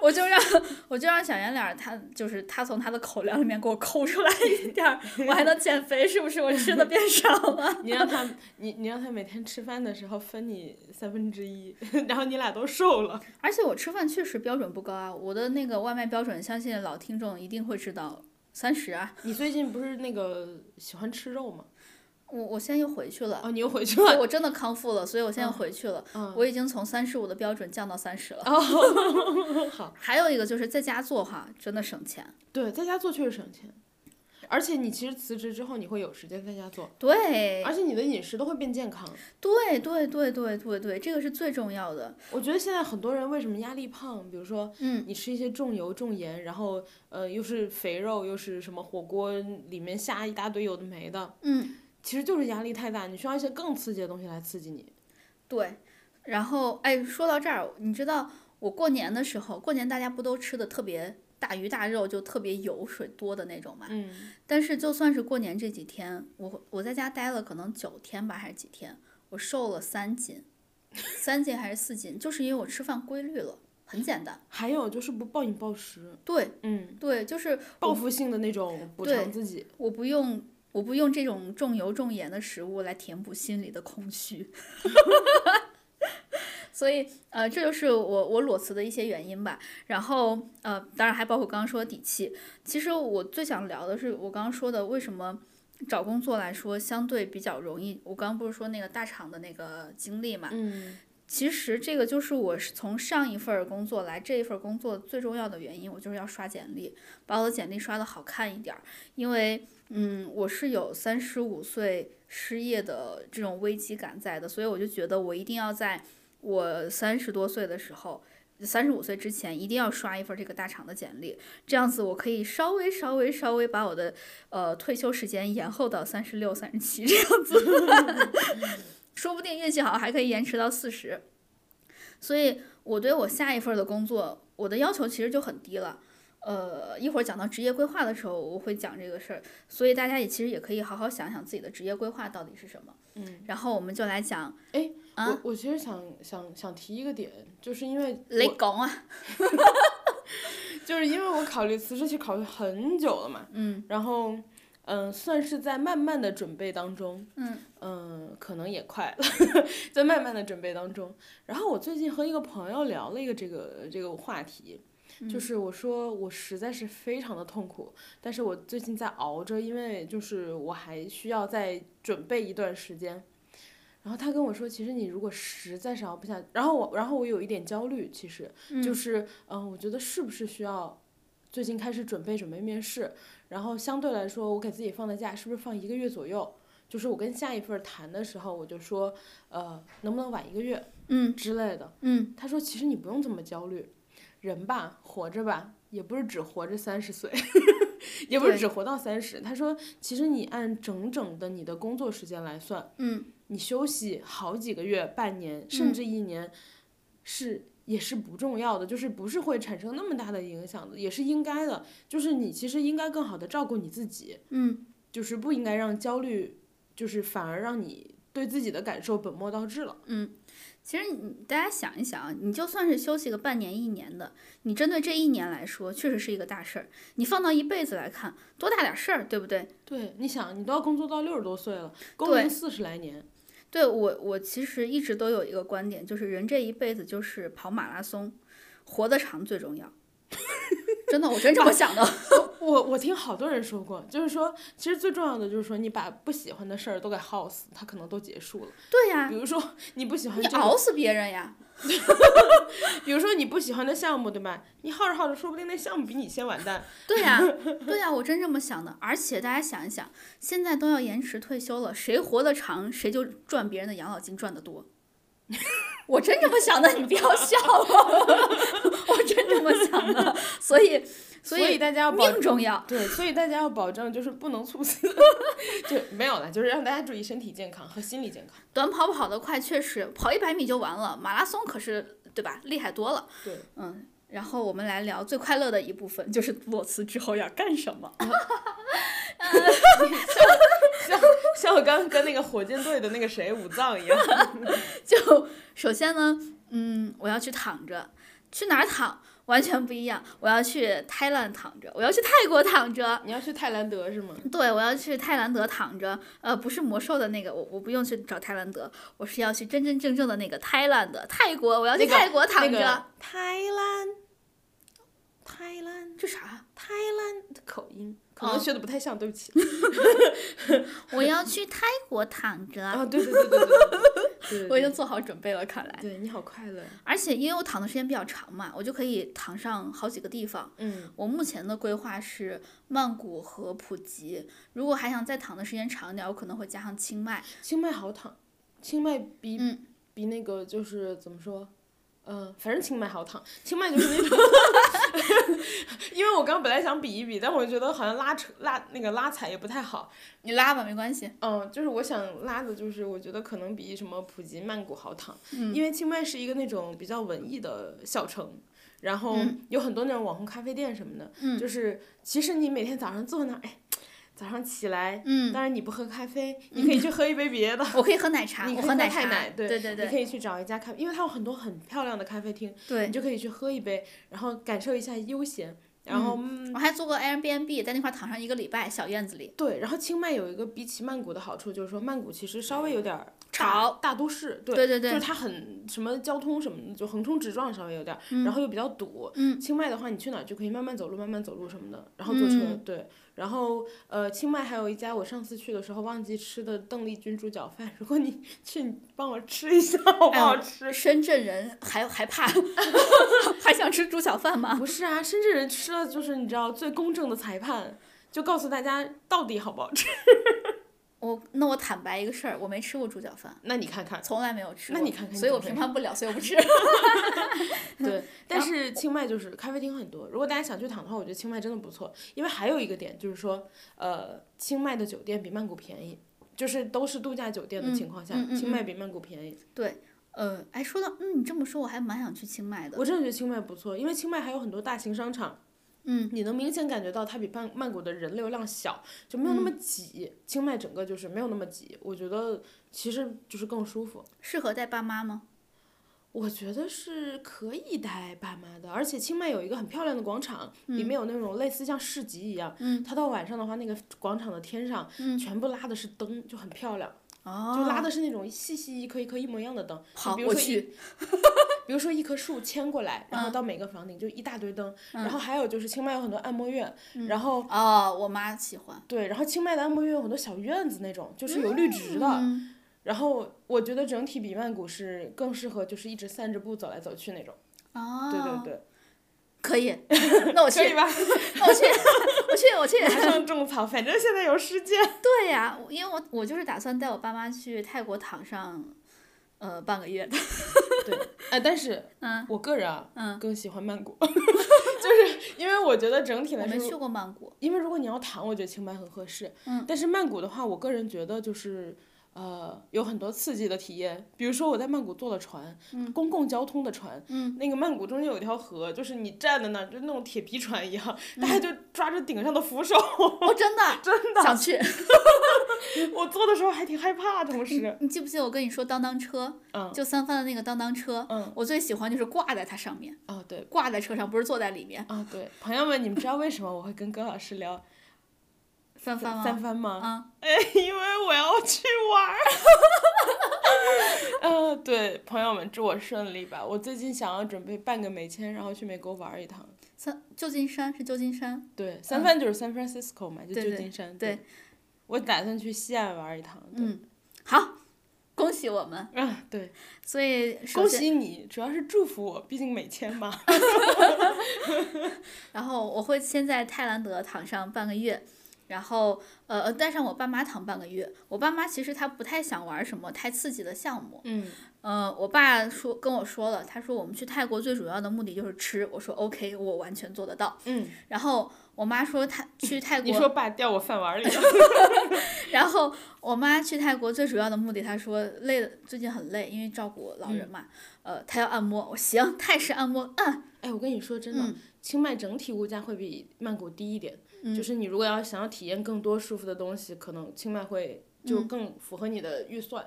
我就让我就让小圆脸儿他就是他从他的口粮里面给我抠出来一点儿，我还能减肥，是不是？我吃的变少了。 你让他，你你让他每天吃饭的时候分你三分之一， 然后你俩都瘦了。而且我吃饭确实标准不高啊，我的那个外卖标准，相信老听众一定会知道，三十啊。你最近不是那个喜欢吃肉吗？我我现在又回去了，哦，你又回去所了以。我真的康复了，所以我现在又回去了。嗯我已经从三十五的标准降到三十了。哦，好，还有一个就是在家做哈，真的省钱。对，在家做确实省钱，而且你其实辞职之后，你会有时间在家做，对而且你的饮食都会变健康。对对对对对对，这个是最重要的。我觉得现在很多人为什么压力胖，比如说嗯，你吃一些重油重盐，然后呃又是肥肉又是什么火锅里面下一大堆有的没的，嗯，其实就是压力太大，你需要一些更刺激的东西来刺激你。对。然后哎，说到这儿，你知道我过年的时候，过年大家不都吃的特别大鱼大肉，就特别油水多的那种嘛。嗯，但是就算是过年这几天，我我在家待了可能九天吧，还是几天，我瘦了三斤，三斤还是四斤，就是因为我吃饭规律了，很简单。还有就是不暴饮暴食，对嗯，对，就是报复性的那种补对偿自己。我不用我不用这种重油重盐的食物来填补心里的空虚。 所以，呃，这就是我我裸辞的一些原因吧。然后，呃，当然还包括刚刚说的底气。其实我最想聊的是我刚刚说的，为什么找工作来说相对比较容易。我刚刚不是说那个大厂的那个经历嘛，嗯，其实这个就是我是从上一份儿工作来这一份儿工作最重要的原因，我就是要刷简历，把我的简历刷的好看一点儿。因为，嗯，我是有三十五岁失业的这种危机感在的，所以我就觉得我一定要在我三十多岁的时候，三十五岁之前一定要刷一份这个大厂的简历，这样子我可以稍微稍微稍微把我的呃退休时间延后到三十六、三十七这样子。说不定运气好还可以延迟到四十。所以我对我下一份的工作，我的要求其实就很低了。呃，一会儿讲到职业规划的时候，我会讲这个事儿，所以大家也其实也可以好好想想自己的职业规划到底是什么。嗯，然后我们就来讲啊我我其实想想想提一个点，就是因为雷我公啊，就是因为我考虑辞职，其实考虑很久了嘛，嗯然后嗯、算是在慢慢的准备当中，嗯嗯、可能也快了， 在慢慢的准备当中。然后我最近和一个朋友聊了一个这个这个话题。嗯就是我说我实在是非常的痛苦，但是我最近在熬着，因为就是我还需要再准备一段时间。然后他跟我说，其实你如果实在是熬不下，然后我，然后我有一点焦虑，其实就是，嗯、我觉得是不是需要最近开始准备准备面试，然后相对来说，我给自己放的假是不是放一个月左右？就是我跟下一份儿谈的时候，我就说，呃，能不能晚一个月嗯之类的。嗯，他说，其实你不用这么焦虑，人吧，活着吧，也不是只活着三十岁， 也不是对只活到三十。他说，其实你按整整的你的工作时间来算，嗯，你休息好几个月、半年，甚至一年，是也是不重要的，就是不是会产生那么大的影响的，也是应该的。就是你其实应该更好的照顾你自己，嗯，就是不应该让焦虑，就是反而让你对自己的感受本末倒置了。其实你大家想一想，你就算是休息个半年一年的，你针对这一年来说，确实是一个大事儿。你放到一辈子来看，多大点事儿，对不对？对，你想，你都要工作到六十多岁了，工对龄四十来年，对我，我其实一直都有一个观点，就是人这一辈子就是跑马拉松，活得长最重要。 真的，我真这么想的。我我听好多人说过，就是说，其实最重要的就是说，你把不喜欢的事儿都给耗死，它可能都结束了。对呀、比如说，你不喜欢 你这个熬死别人呀。比如说你不喜欢的项目，对吧？你耗着耗着，说不定那项目比你先完蛋。对呀、对呀、我真这么想的。而且大家想一想，现在都要延迟退休了，谁活得长，谁就赚别人的养老金赚得多。 我真这么想的，你不要笑我，我 真这么想的。所以，所所以大家要保命重要。对，所以大家要保证就是不能猝死， 就没有了，就是让大家注意身体健康和心理健康。短跑跑得快，确实跑一百米就完了，马拉松可是对吧，厉害多了。对，嗯，然后我们来聊最快乐的一部分，就是裸辞之后要干什么。像像我刚刚跟那个火箭队的那个谁武藏 一样，就首先呢，嗯，我要去躺着，去哪儿躺完全不一样。我要去泰兰躺着，我要去泰国躺着，你要去泰兰德是吗？对，我要去泰兰德躺着，呃，不是魔兽的那个，我我不用去找泰兰德，我是要去真真正正的那个泰兰的泰国，我要去那个泰国躺着。那个泰兰，泰兰，这啥？泰兰的口音可哦能学的不太像，对不起。我要去泰国躺着。啊，对对对对对对对对，我已经对做好准备了，看来。对你好快乐，而且因为我躺的时间比较长嘛，我就可以躺上好几个地方。嗯，我目前的规划是曼谷和普吉，如果还想再躺的时间长一点，我可能会加上清迈。清迈好躺，清迈比、嗯比那个就是怎么说，嗯、反正清迈好躺，清迈就 是那种，因为我刚本来想比一比，但我觉得好像拉扯拉那个拉踩也不太好，你拉吧，没关系。嗯，就是我想拉的就是我觉得可能比什么普吉、曼谷好躺，嗯因为清迈是一个那种比较文艺的小城。然后嗯有很多那种网红咖啡店什么的，嗯就是其实你每天早上坐那儿，哎，早上起来，嗯，当然你不喝咖啡，你可以去喝一杯别的，我可以喝奶茶，你我可以喝奶喝茶。泰奶对对对你对可以去找一家咖啡，因为它有很多很漂亮的咖啡厅，对你就可以去喝一杯，然后感受一下悠闲。然后，嗯我还做过 Airbnb，在那块躺上一个礼拜，小院子里，对，然后清迈有一个比起曼谷的好处，就是说曼谷其实稍微有点儿吵大大都市，对对对对就是它很什么交通什么的，就横冲直撞，稍微有点儿，然后又比较堵。嗯清迈的话，你去哪儿就可以慢慢走路，慢慢走路什么的，然后坐车，嗯对。然后呃，清迈还有一家我上次去的时候忘记吃的邓丽君猪脚饭，如果你去，你帮我吃一下，好不哎呦好吃？深圳人还还 怕，还想吃猪小饭吗？不是啊，深圳人吃了就是你知道最公正的裁判，就告诉大家到底好不好吃。我那我坦白一个事儿，我没吃过猪脚饭，那你看看，从来没有吃过。那你看看你所以我怎评么判不了，所以我不吃。 对，但是清迈就是咖啡厅很多，如果大家想去躺的话，我觉得清迈真的不错，因为还有一个点就是说，呃，清迈的酒店比曼谷便宜，就是都是度假酒店的情况下，嗯嗯嗯清迈比曼谷便宜。呃，哎，说到嗯，你这么说，我还蛮想去清迈的。我真的觉得清迈不错，因为清迈还有很多大型商场。嗯，你能明显感觉到它比曼曼谷的人流量小，就没有那嗯么挤。清迈整个就是没有那么挤，我觉得其实就是更舒服。适合带爸妈吗？我觉得是可以带爸妈的，而且清迈有一个很漂亮的广场，里面有那种类似像市集一样，嗯它到晚上的话，那个广场的天上、全部拉的是灯，就很漂亮，哦，就拉的是那种细细一颗一颗一模一样的灯。就好，比如我说一，去。嗯比如说一棵树牵过来，然后到每个房顶就一大堆灯，然后还有就是清迈有很多按摩院，然后哦，我妈喜欢。对，然后清迈的按摩院有很多小院子那种，就是有绿植的。嗯然后我觉得整体比曼谷是更适合，就是一直散着步走来走去那种。哦，对对对，可以。 那我去可，以吧？那我去， 我去， 我去。马上种草，反正现在有时 间。对呀、我因为我我就是打算带我爸妈去泰国躺上，呃，半个月的。对，哎，但是，嗯，我个人啊，嗯，更喜欢曼谷， 就是因为我觉得整体我来没说，去过 曼谷。因为如果你要躺，我觉得清迈很合适。嗯，但是曼谷的话，我个人觉得就是。呃，有很多刺激的体验，比如说我在曼谷坐了船，公共交通的船，那个曼谷中间有一条河，就是你站在那儿，就那种铁皮船一样，大家就抓着顶上的扶手， 哦，真的，真的想去。我坐的时候还挺害怕，同时，你记不记得我跟你说当当车？嗯就三番的那个当当车。嗯，我最喜欢就是挂在它上面，啊、对，挂在车上，不是坐在里面。啊，对，朋友们，你们知道为什么我会跟高老师聊翻翻三吗？番吗？啊，哎， 因为我要去玩儿。 嗯、对，朋友们，祝我顺利吧。我最近想要准备办个美签，然后去美国玩儿一趟。嗯三旧金山是旧金山，对，三藩就是 San Francisco 嘛，就嗯对旧对金山。对我打算去西岸玩儿一趟。对，嗯，好，恭喜我们。啊，对，所以嗯首恭先喜你，主要是祝福我，毕竟美签嘛。然后我会先在泰兰德躺上半个月，然后呃呃带上我爸妈躺半个月。我爸妈其实他不太想玩什么太刺激的项目，嗯，呃，我爸说跟我说了，他说我们去泰国最主要的目的就是吃，我说 OK，我完全做得到。嗯，然后我妈说 她去泰你国，说爸掉我饭碗里了。然后我妈去泰国最主要的目的，她说累了，最近很累，因为照顾嗯老人嘛，呃，她要按摩，我行，泰式按摩，嗯，哎，我跟你说真的，清迈整体物价会比曼谷低一点，嗯就是你如果要想要体验更多舒服的东西，可能清迈会就更符合你的预算。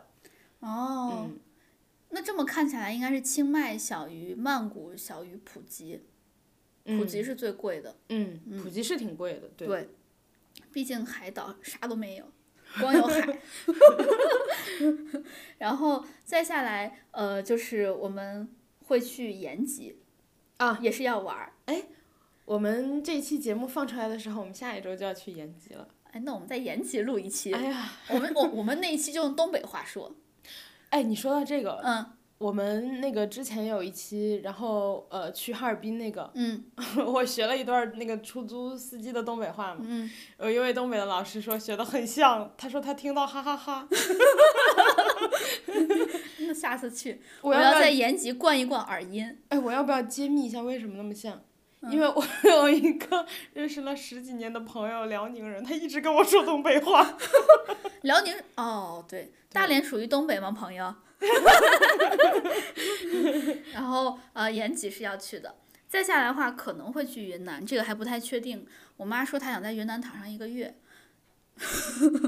嗯哦。嗯，那这么看起来，应该是清迈小于曼谷小于普吉，普吉是最贵的，嗯，普吉是挺贵的，对。对，毕竟海岛啥都没有，光有海。 然后再下来，呃，就是我们会去延吉，啊，也是要玩儿。我们这期节目放出来的时候，我们下一周就要去延吉了。哎，那我们在延吉录一期，哎呀，我们我我们那一期就用东北话说，哎，你说到这个，嗯我们那个之前有一期，然后呃去哈尔滨那个，嗯 我学了一段那个出租司机的东北话嘛，嗯，有一位东北的老师说学的很像，他说他听到哈哈哈，那下次去我要要不要在延吉灌一灌耳音，哎，我要不要揭秘一下为什么那么嗯像？因为我 有一个认识了十几年的朋友，辽宁人，他一直跟我说东北 话。辽宁哦，对，大连属于东北吗，朋友？ 然后呃，延吉是要去的，再下来的话可能会去云南，这个还不太确定。我妈说她想在云南躺上一个月，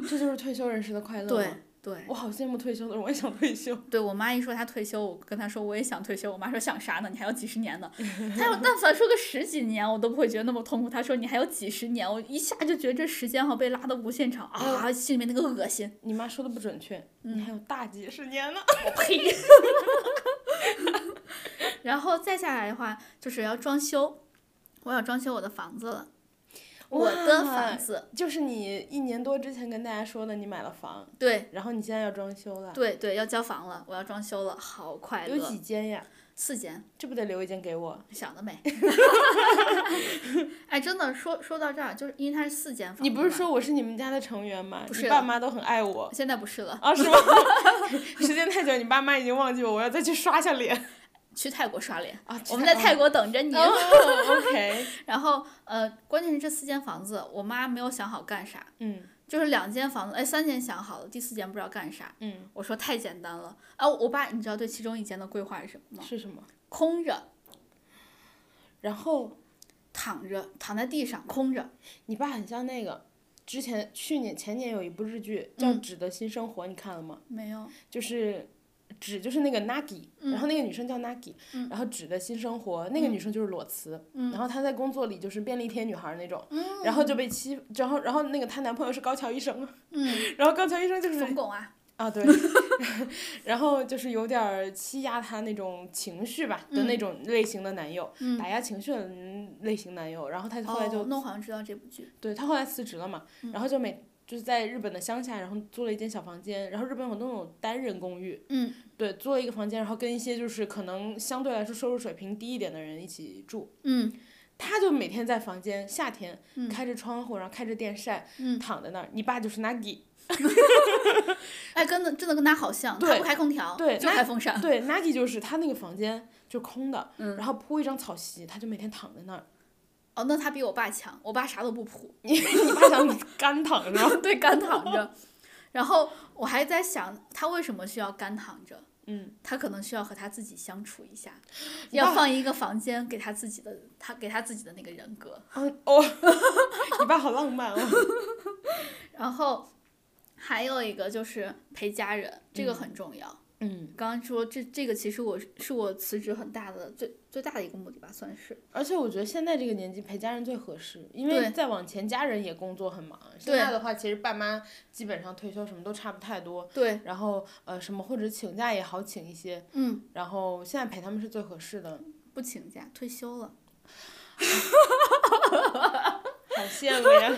这就是退休人士的快乐吗对，对，我好羡慕退休的人，我也想退休。对我妈一说她退休，我跟她说我也想退休，我妈说想啥呢？你还有几十年呢。她要但凡说个十几年，我都不会觉得那么痛苦。她说你还有几十年，我一下就觉得这时间好被拉到无限长啊，心里面那个恶心。你妈说的不准确，嗯你还有大几十年呢。我呸！ 然后再下来的话，就是要装修，我要装修我的房子了。 我的哇房子，就是你一年多之前跟大家说的，你买了房，对然后你现在要装修了，对对，要交房了，我要装修了，好快有乐。几间呀？四间，这不得留一间给我？想得美。 哎，真的说说到这儿，就是因为它是四间房子嘛，你不是说我是你们家的成员吗？不是你的爸妈都很爱我。现在不是了，啊，是吗？ 时间太久，你爸妈已经忘记我，我要再去刷下脸去泰国刷脸，啊。我们在泰国。国等着你。哦，OK， 然后呃，关键是这四间房子，我妈没有想好干啥，嗯就是两间房子，哎，三间想好了，第四间不知道干啥。嗯，我说太简单了，啊，我爸你知道对其中一间的规划是什么吗？嗯是什么？空着，然后躺着，躺在地上，空着。你爸很像那个，之前去年前年有一部日剧叫《纸的新生活》，你看了吗？没有，就是。纸就是那个 Nagi，、然后那个女生叫 Nagi，、然后纸的新生活，那个女生就是裸辞，然后她在工作里就是便利贴女孩那种，然后就被欺，然后然后那个她男朋友是高桥医生， 嗯，然后高桥医生就是冯巩啊，啊， 对，然后就是有点儿欺压她那种情绪吧的嗯那种类型的男友，打压情绪的嗯类型男友，然后她后来就、哦，那嗯我好像知道这部剧。对她后来辞职了嘛，然后就每就是在日本的乡下，然后租了一间小房间，然后日本有那种单人公寓，嗯，对，租了一个房间，然后跟一些就是可能相对来说收入水平低一点的人一起住。嗯，她就每天在房间，夏天开着窗户，然后开着电扇，嗯躺在那儿。你爸就是 Nagi，哎，跟的真的跟他好像，他对不开空调，对就那开风扇。对，Nagi 就是他那个房间就空的，嗯然后铺一张草席，他就每天躺在 那儿。哦，那他比我爸强，我爸啥都不铺， 你你爸想干躺是吧？对，干躺 着。然后我还在想，他为什么需要干躺着？嗯，他可能需要和他自己相处一下，你要爸放一个房间给他自己的，他给他自己的那个人格。嗯哦， 你爸好浪漫哦。然后还有一个就是陪家人，这个很重要。嗯，刚刚说这这个其实我是是我辞职很大的最最大的一个目的吧，算是。而且我觉得现在这个年纪陪家人最合适，因为对再往前家人也工作很忙。现对在的话，其实爸妈基本上退休什么都差不太多，对，然后呃什么或者请假也好请一些，嗯，然后现在陪他们是最合适 的。不请假，退休了。好羡慕呀！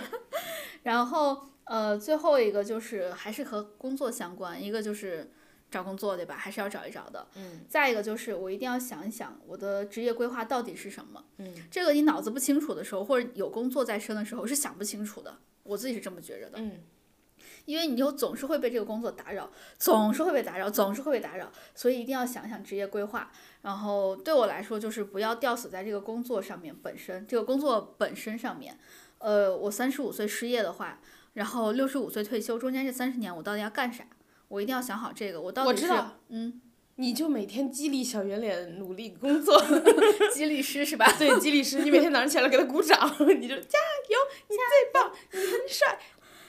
然后呃，最后一个就是还是和工作相关，一个就是找工作，对吧？还是要找一找的。嗯再一个就是我一定要想一想我的职业规划到底是什么。嗯这个你脑子不清楚的时候，或者有工作在身的时候是想不清楚的。我自己是这么觉着的，嗯，因为你就总是会被这个工作打扰，总是会被打扰，总是会被打扰，所以一定要想想职业规划。然后对我来说，就是不要吊死在这个工作上面本身，这个工作本身上面。呃，我三十五岁失业的话，然后六十五岁退休，中间这三十年我到底要干啥？我一定要想好这个，我到我底知是道嗯，你就每天激励小圆脸努力工作。激励师是吧？对，激励师，你每天早上起来给他鼓掌，你就加油，你最棒，你很帅。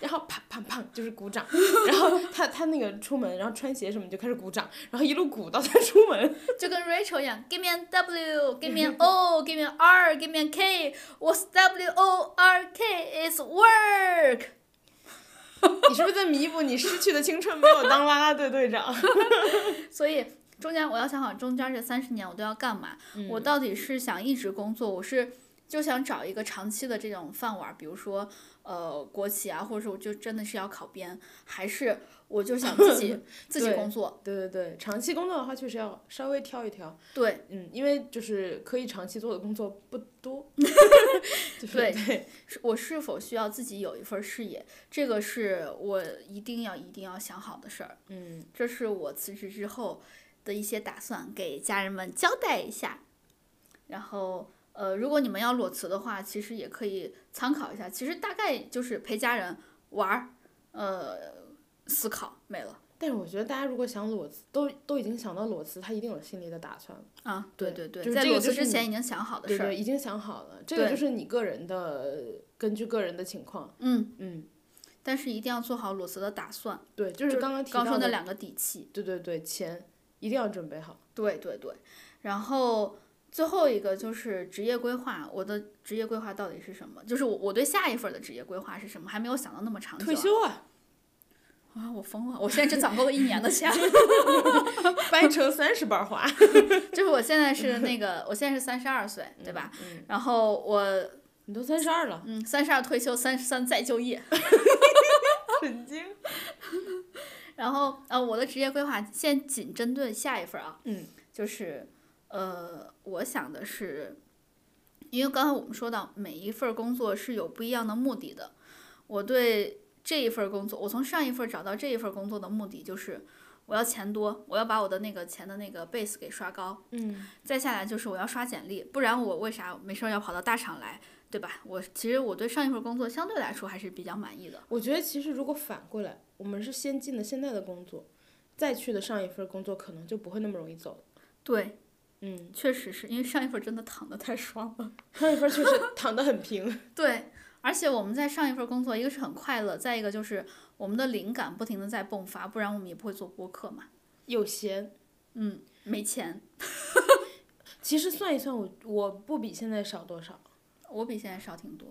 然后啪啪啪就是鼓掌，然后他他那个出门，然后穿鞋什么就开始鼓掌，然后一路鼓到他出门。 就跟 Rachel 一样，Give me an W, Give me an O, Give me an R, Give me an K. What's W O R K is work. 你是不是在弥补你失去的青春没有当啦啦队队长？所以中间我要想好中间这三十年我都要干嘛，我到底是想一直工作，我是就想找一个长期的这种饭碗儿，比如说呃国企啊，或者是我就真的是要考编，还是我就想自己自己对工作， 对对对，长期工作的话确实要稍微挑一挑，对嗯，因为就是可以长期做的工作不多。 就是对对，是我是否需要自己有一份儿事业，这个是我一定要一定要想好的事儿。嗯，这是我辞职之后的一些打算，给家人们交代一下。然后，呃，如果你们要裸辞的话，其实也可以参考一下。其实大概就是陪家人玩儿，呃，思考没了但是我觉得大家如果想裸辞，都都已经想到裸辞，他一定有心里的打算了。啊。对对对，就是在这个裸就辞是之你前已经想好的对事儿。对，已经想好了，这个对就是你个人的，根据个人的情况。嗯，嗯，但是一定要做好裸辞的打算，对，就是刚刚提刚到说那的，两个底气。对对对，钱一定要准备好。对对对，然后最后一个就是职业规划，我的职业规划到底是什么？就是我我对下一份的职业规划是什么，还没有想到那么长久啊。退休 啊，啊，我疯了！我现在只攒够了一年的钱， 掰成三十 瓣花，就是我现在是那个，我现在是三十二岁，对吧？嗯？嗯然后我你都三 十二了，嗯，三十二退休，三十三再就业。神经。然后呃，我的职业规划现仅针对下一份啊，嗯，就是呃，我想的是，因为刚才我们说到每一份工作是有不一样的目的的。我对这一份工作，我从上一份找到这一份工作的目的就是，我要钱多，我要把我的那个钱的那个 base 给刷高。嗯，再下来就是我要刷简历，不然我为啥没事儿要跑到大厂来，对吧？我其实我对上一份工作相对来说还是比较满意的。我觉得其实如果反过来，我们是先进的现在的工作，再去的上一份工作，可能就不会那么容易走了。对，嗯，确实是因为上一份真的躺得太爽了。上一份确实 躺得很平。对，而且我们在上一份工作，一个是很快乐，再一个就是我们的灵感不停的在迸发，不然我们也不会做播客嘛。有闲，嗯，没钱，其实算一算我，我不比现在少多少，嗯我比现在少挺多。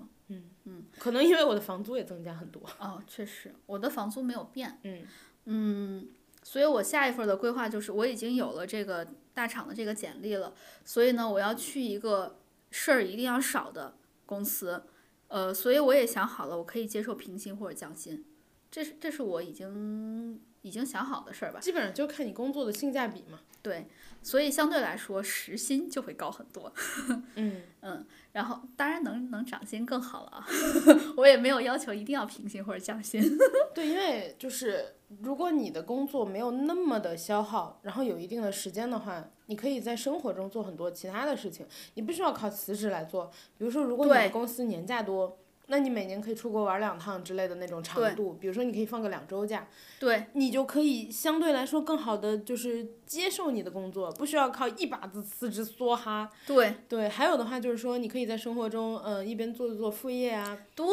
可能因为我的房租也增加很多。哦，确实，我的房租没有变。嗯嗯，所以我下一份的规划就是，我已经有了这个大厂的这个简历了，所以呢，我要去一个事儿一定要少的公司，呃，所以我也想好了，我可以接受平薪或者降薪，这是这是我已经已经想好的事儿吧。基本上就看你工作的性价比嘛。对，所以相对来说，时薪就会高很多。 嗯，嗯，然后当然能能涨薪更好了啊， 我也没有要求一定要平薪或者降薪。对，因为就是如果你的工作没有那么的消耗，然后有一定的时间的话，你可以在生活中做很多其他的事情，你不需要靠辞职来做。比如说，如果你对的公司年假多，那你每年可以出国玩两趟之类的那种对长度，比如说你可以放个两周假，对你就可以相对来说更好的就是接受你的工作，不需要靠一把子辞职梭哈。对对，还有的话就是说，你可以在生活中，嗯、一边做做副业啊，对，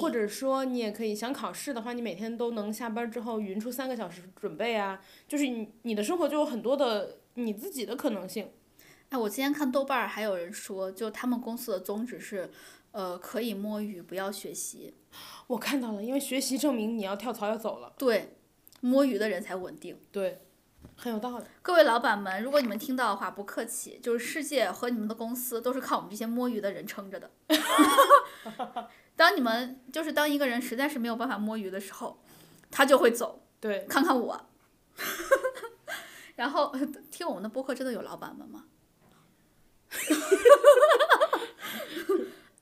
或者说你也可以想考试的话，你每天都能下班之后匀出三个小时准备啊，就是你你的生活就有很多的你自己的可能性。哎，我今天看豆瓣儿还有人说，就他们公司的宗旨是，呃，可以摸鱼，不要学习。我看到了，因为学习证明你要跳槽要走了，对，摸鱼的人才稳定。对，很有道理。各位老板们，如果你们听到的话，不客气，就是世界和你们的公司都是靠我们这些摸鱼的人撑着的。 当你们就是当一个人实在是没有办法摸鱼的时候，他就会走。对，看看我， 然后听我们的播客真的有老板们吗？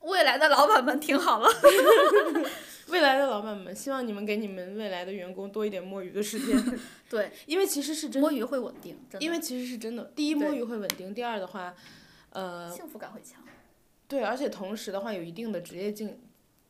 未来的老板们听好了，未来的老板们，希望你们给你们未来的员工多一点摸鱼的时间， 对，因为其实是真的，摸鱼会稳定，真的，因为其实是真的。第一，摸对鱼会稳定；第二的话，呃，幸福感会强。对，而且同时的话，有一定的职业进，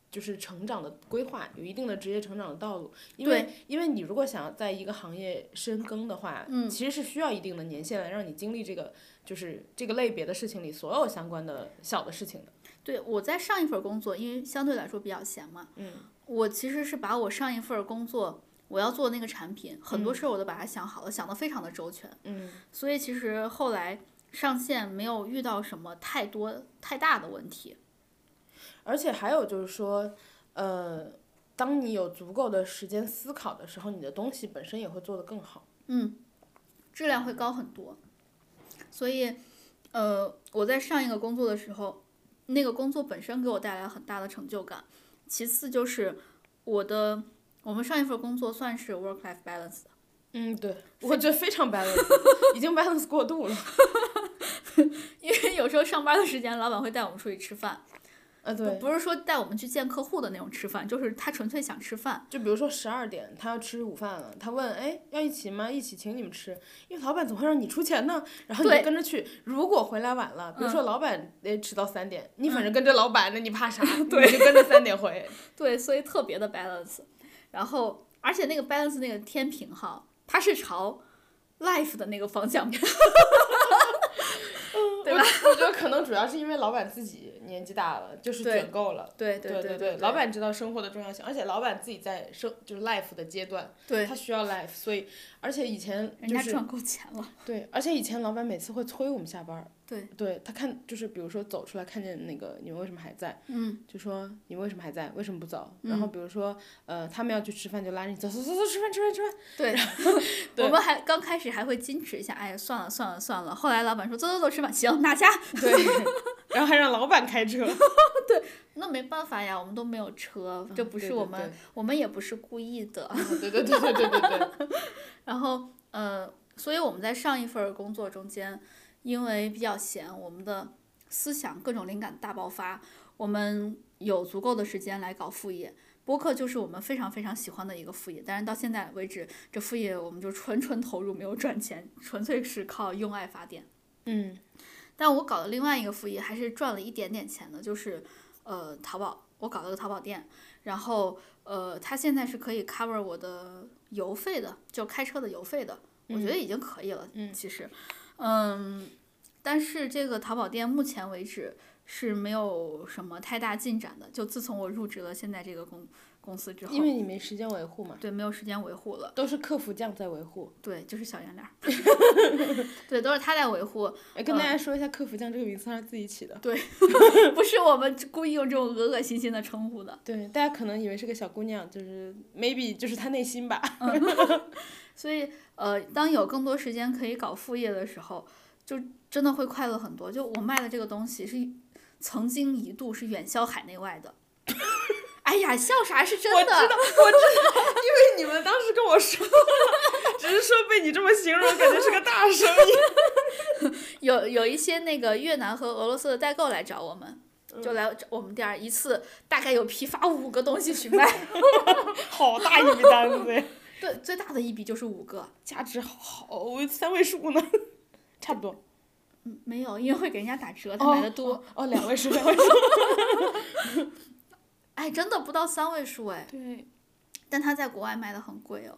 就是成长的规划，有一定的职业成长的道路。因为因为你如果想要在一个行业深耕的话，嗯其实是需要一定的年限来让你经历这个，就是这个类别的事情里所有相关的小的事情的。对我在上一份工作，因为相对来说比较闲嘛，嗯，我其实是把我上一份工作我要做那个产品，很多事儿我都把它想好了，想得非常的周全。嗯，所以其实后来上线没有遇到什么太多太大的问题。而且还有就是说，呃，当你有足够的时间思考的时候，你的东西本身也会做得更好。嗯，质量会高很多。所以，呃，我在上一个工作的时候，那个工作本身给我带来很大的成就感。其次就是我的，我们上一份工作算是 work life balance 的，嗯，对，我觉得非常 balance，已经 balance 过度 了。因为有时候上班的时间，老板会带我们出去吃饭，啊，不对，不是说带我们去见客户的那种吃饭，就是他纯粹想吃饭。就比如说十二点他要吃午饭了，他问哎要一起吗？一起请你们吃，因为老板总会让你出钱呢，然后你对就跟着去。如果回来晚了，比如说老板得迟到三点，你反嗯正跟着老板，那你怕 啥？对，你就跟着三点回。对，所以特别的 balance。然后，而且那个 balance 那个天平哈，它是朝 life 的那个方向对我我觉得可能主要是因为老板自己年纪大了，就是对卷够了。对对对对对，老板知道生活的重要性，而且老板自己在生就是 life 的阶段，对他需要 life，所以而且以前人就家是赚够钱了，对，而且以前老板每次会催我们下班儿，对对他看就是比如说走出来看见那个你们为什么还在，嗯，就说你们为什么还在，为什么不走？然后比如说呃他们要去吃饭就拉着你走走走走吃饭吃饭吃饭，对，对我们还刚开始还会矜持一下，哎呀，算了算了算了。后来老板说走走走，吃饭，行，拿啊下。对，然后还让老板开 车，那没办法呀，我们都没有车，这不对是对我们，对我们也不是故意的。对对对对对对对，然后，呃，所以我们在上一份儿工作中间，因为比较闲，我们的思想各种灵感大爆发，我们有足够的时间来搞副业。播客就是我们非常非常喜欢的一个副业，但是到现在为止，这副业我们就 纯纯投入，没有赚钱，纯粹是靠用爱发电。 嗯但我搞的另外一个副业还是赚了一点点钱的，就是呃淘宝，我搞了个淘宝店，然后呃它现在是可以 cover 我的油费的，就开车的油费的，我觉得已经可以了，嗯其实，嗯，但是这个淘宝店目前为止是没有什么太大进展的，就自从我入职了现在这个公公司之后因，为你没时间维护嘛，对没有时间维护了，都是客服酱在维护。对，就是小圆 脸儿，对，都是他在维护，哎，跟大家说一下，客服酱这个名字他是自己起的。不是我们故意用这种恶恶心心的称呼的。对，大家可能以为是个小姑娘，就是 maybe 就是她内心吧。所以，呃，当有更多时间可以搞副业的时候，就真的会快乐很多。就我卖的这个东西是曾经一度是远销海内外的。 哎呀，笑啥是真的？因为你们当时跟我说， 只是说被你这么形容，感觉是个大生意。有有一些那个越南和俄罗斯的代购来找我们，嗯就来找我们店儿一次大概有批发五个东西去 卖，好大一笔单子呀，对，最大的一笔就是五个， 价值好三位数呢， 差不多。嗯没有，因为会给人家打折，他买的多，哦哦，两位数，两位数。 哎，真的不到三位数哎，对。但他在国外卖的很贵哦，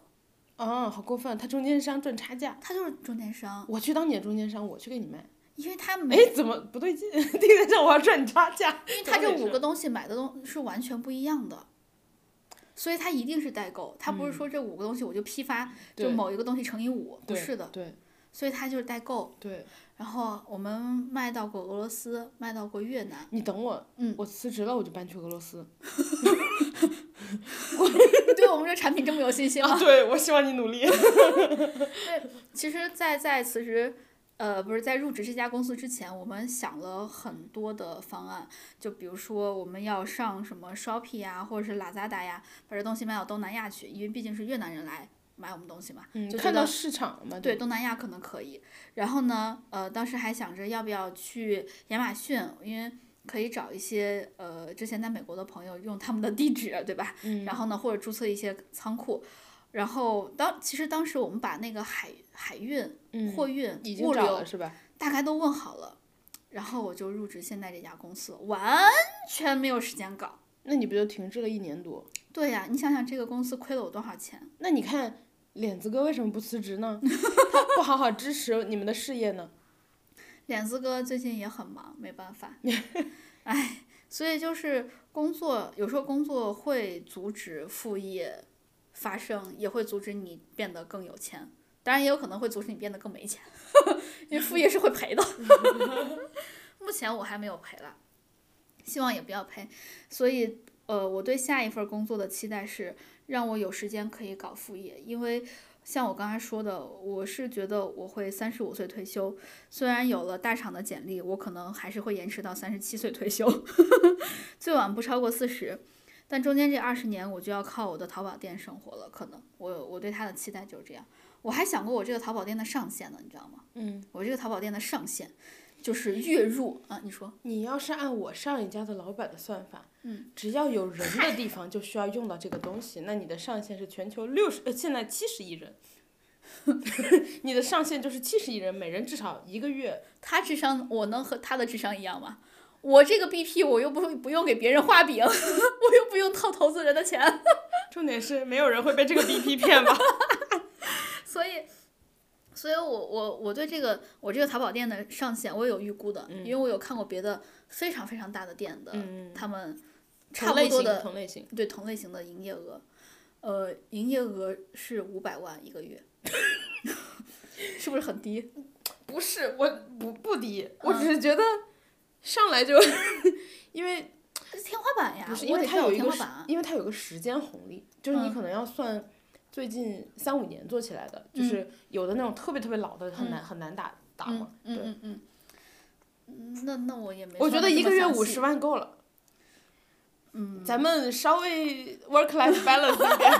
啊，好过分！他中间商赚差价，他就是中间商，我去当你的中间商，我去给你卖。因为他没哎，怎么不对劲？ 订单上我要赚你差价， 因为他这五个东西买的东是完全不一样的，所以他一定是代购，他不是说这五个东西我就批发，就嗯对某一个东西乘以五，不对是的，对所以他就是代购。对，然后我们卖到过俄罗斯，卖到过越 南，你等我，嗯我辞职了我就搬去俄罗斯。你对我们这产品这么有信 心吗？对，我希望你努力。其实在，在辞职，呃，不是在入职这家公司之前，我们想了很多的方案，就比如说我们要上什么 Shopee 呀、或者是 Lazada 呀，把这东西卖到东南亚去，因为毕竟是越南人来买我们东西嘛，嗯，就觉看得到市场了嘛？对，东南亚可能可以。然后呢，呃，当时还想着要不要去亚马逊，因为可以找一些呃之前在美国的朋友用他们的地址，对吧？嗯然后呢，或者注册一些仓库。然后当其实当时我们把那个海海运、嗯货运、已经物找了流是吧？大概都问好了，然后我就入职现在这家公司了，完全没有时间搞。那你不就停滞了一年多？对呀、你想想这个公司亏了我多少钱？那你看，脸子哥为什么不辞职呢？他不好好支持你们的事业呢？脸子哥最近也很忙，没办法， 哎，所以就是工作，有时候工作会阻止副业发生，也会阻止你变得更有钱，当然也有可能会阻止你变得更没钱，因为副业是会赔的。 目前我还没有赔啦，希望也不要赔。所以，呃，我对下一份工作的期待是让我有时间可以搞副业，因为像我刚才说的，我是觉得我会三十五岁退休。虽然有了大厂的简历，我可能还是会延迟到三十七岁退休， 最晚不超过四十。但中间这二十年，我就要靠我的淘宝店生活了。可能我我对它的期待就是这样。我还想过我这个淘宝店的上限呢，你知道吗？嗯，我这个淘宝店的上限就是月入啊，你说你要是按我上一家的老板的算法，嗯，只要有人的地方就需要用到这个东西，那你的上限是全球六十，呃，现在七十亿人。 你的上限就是七十亿人，每人至少一个月。他智商，我能和他的智商一样吗？我这个 BP 我又不不用给别人画饼， 我又不用套投资人的钱。 重点是没有人会被这个 BP 骗吧？所以，所以我我我对这个我这个淘宝店的上限我也有预估的，因为我有看过别的非常非常大的店的，他们差同不类多型的同类型，对同类型的营业额，呃，营业额是五百万一个 月，是不是很低？不是我不不低，我只是觉得上来就， 因为 天花板哎呀，不是，我因为得它上有一天个花时板啊，因为它有个时间红利，就是你嗯可能要算最近三五年做起来的，就是有的那种特别特别老的很难、很难打打嘛。嗯嗯对，嗯嗯嗯，那那我也没我算觉得得这一么个月详五细十万够了。嗯，咱们稍 微 work life balance 一点。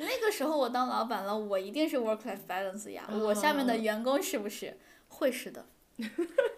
那个时候我当老板了，我一定是 work life balance 呀。我下哦面的员工是不是会是的？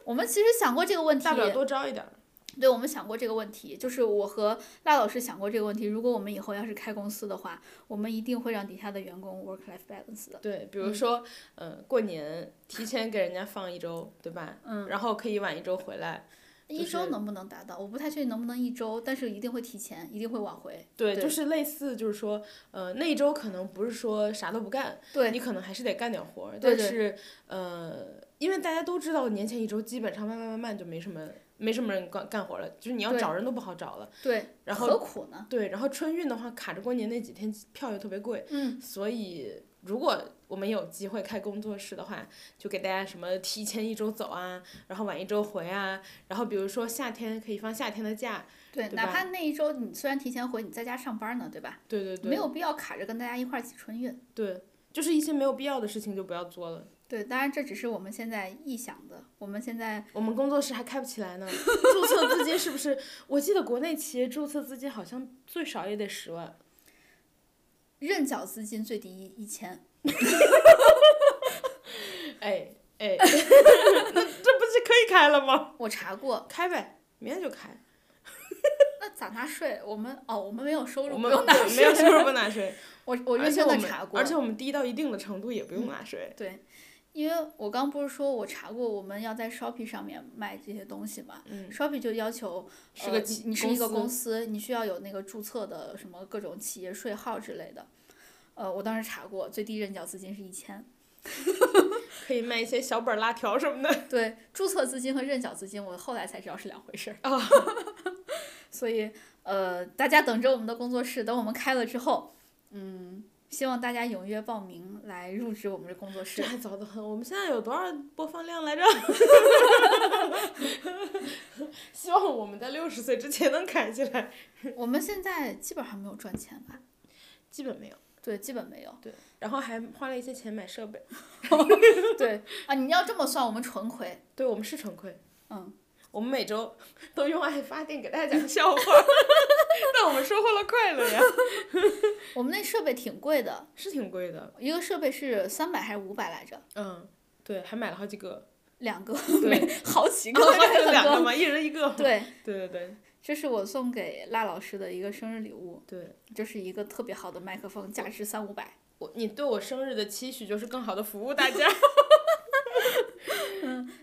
我们其实想过这个问题大，不了多招一点儿。对，我们想过这个问题，就是我和赖老师想过这个问题。如果我们以后要是开公司的话，我们一定会让底下的员工 work life balance 的。对，比如说，呃，过年提前给人家放一周，对吧？嗯。然后可以晚一周回来。一周能不能达到？我不太确定能不能一周，但是一定会提前，一定会挽回。对，对就是类似，就是说，呃，那一周可能不是说啥都不干，对，你可能还是得干点活儿，对但是呃，因为大家都知道年前一周基本上慢慢慢慢就没什么没什么人干干活了，就是你要对嗯找人都不好找了。对，然何后苦呢？对，然后春运的话卡着过年那几天票又特别贵，嗯，所以如果我们有机会开工作室的话，就给大家什么提前一周走啊，然后晚一周回啊，然后比如说夏天可以放夏天的假，对，对哪吧怕那一周你虽然提前回，你在家上班呢，对吧？对对对，没有必要卡着跟大家一块儿挤春运。对，就是一些没有必要的事情就不要做了。对，当然这只是我们现在臆想的，我们现在我们工作室还开不起来呢，注册资金是不是？ 我记得国内企业注册资金好像最少也得十万，认缴资金最低一一千，哎哎，那 这不是可以开了吗？我查过，开呗，明天就开。那咋纳税？我们哦，我们没有收入，我们不用纳对税，没有收入不纳税，我我认而且真 我的们查过而，且我们低到一定的程度也不用纳税。对，因为我刚不是说我查过，我们要在 Shopee 上面卖这些东西嘛、嗯 s h o p e e 就要求是呃个你企你是一个公公司，你需要有那个注册的什么各种企业税号之类的。呃，我当时查过，最低认缴资金是一千。可以卖一些小本儿辣条什么的。对，注册资金和认缴资金，我后来才知道是两回事儿。哦 所以，呃，大家等着我们的工作室，等我们开了之后，嗯，希望大家踊跃报名来入职我们的工作 这室。还早得很，我们现在有多少播放量来着？ 希望我们在六十岁之前能改起来。我们现在基本上没有赚钱吧？基本没有，。对，基本没有对，然后还花了一些钱买设备。对啊，你要这么算，我们纯亏。对，我们是纯亏。嗯，我们每周都用爱发电给大家 讲笑话，但我们收获了快乐呀，我们那设备挺贵的， 是挺贵的。一个设备是三百还是五百来着？嗯，对，还买了好几个，两个，对没好几 个，哦还有很 两个多。嘛，一人一个嘛。对，对对对这是我送给赖老师的一个生日礼物。对，就是一个特别好的麦克风，价值三五百。我你对我生日的期许就是更好的服务大家。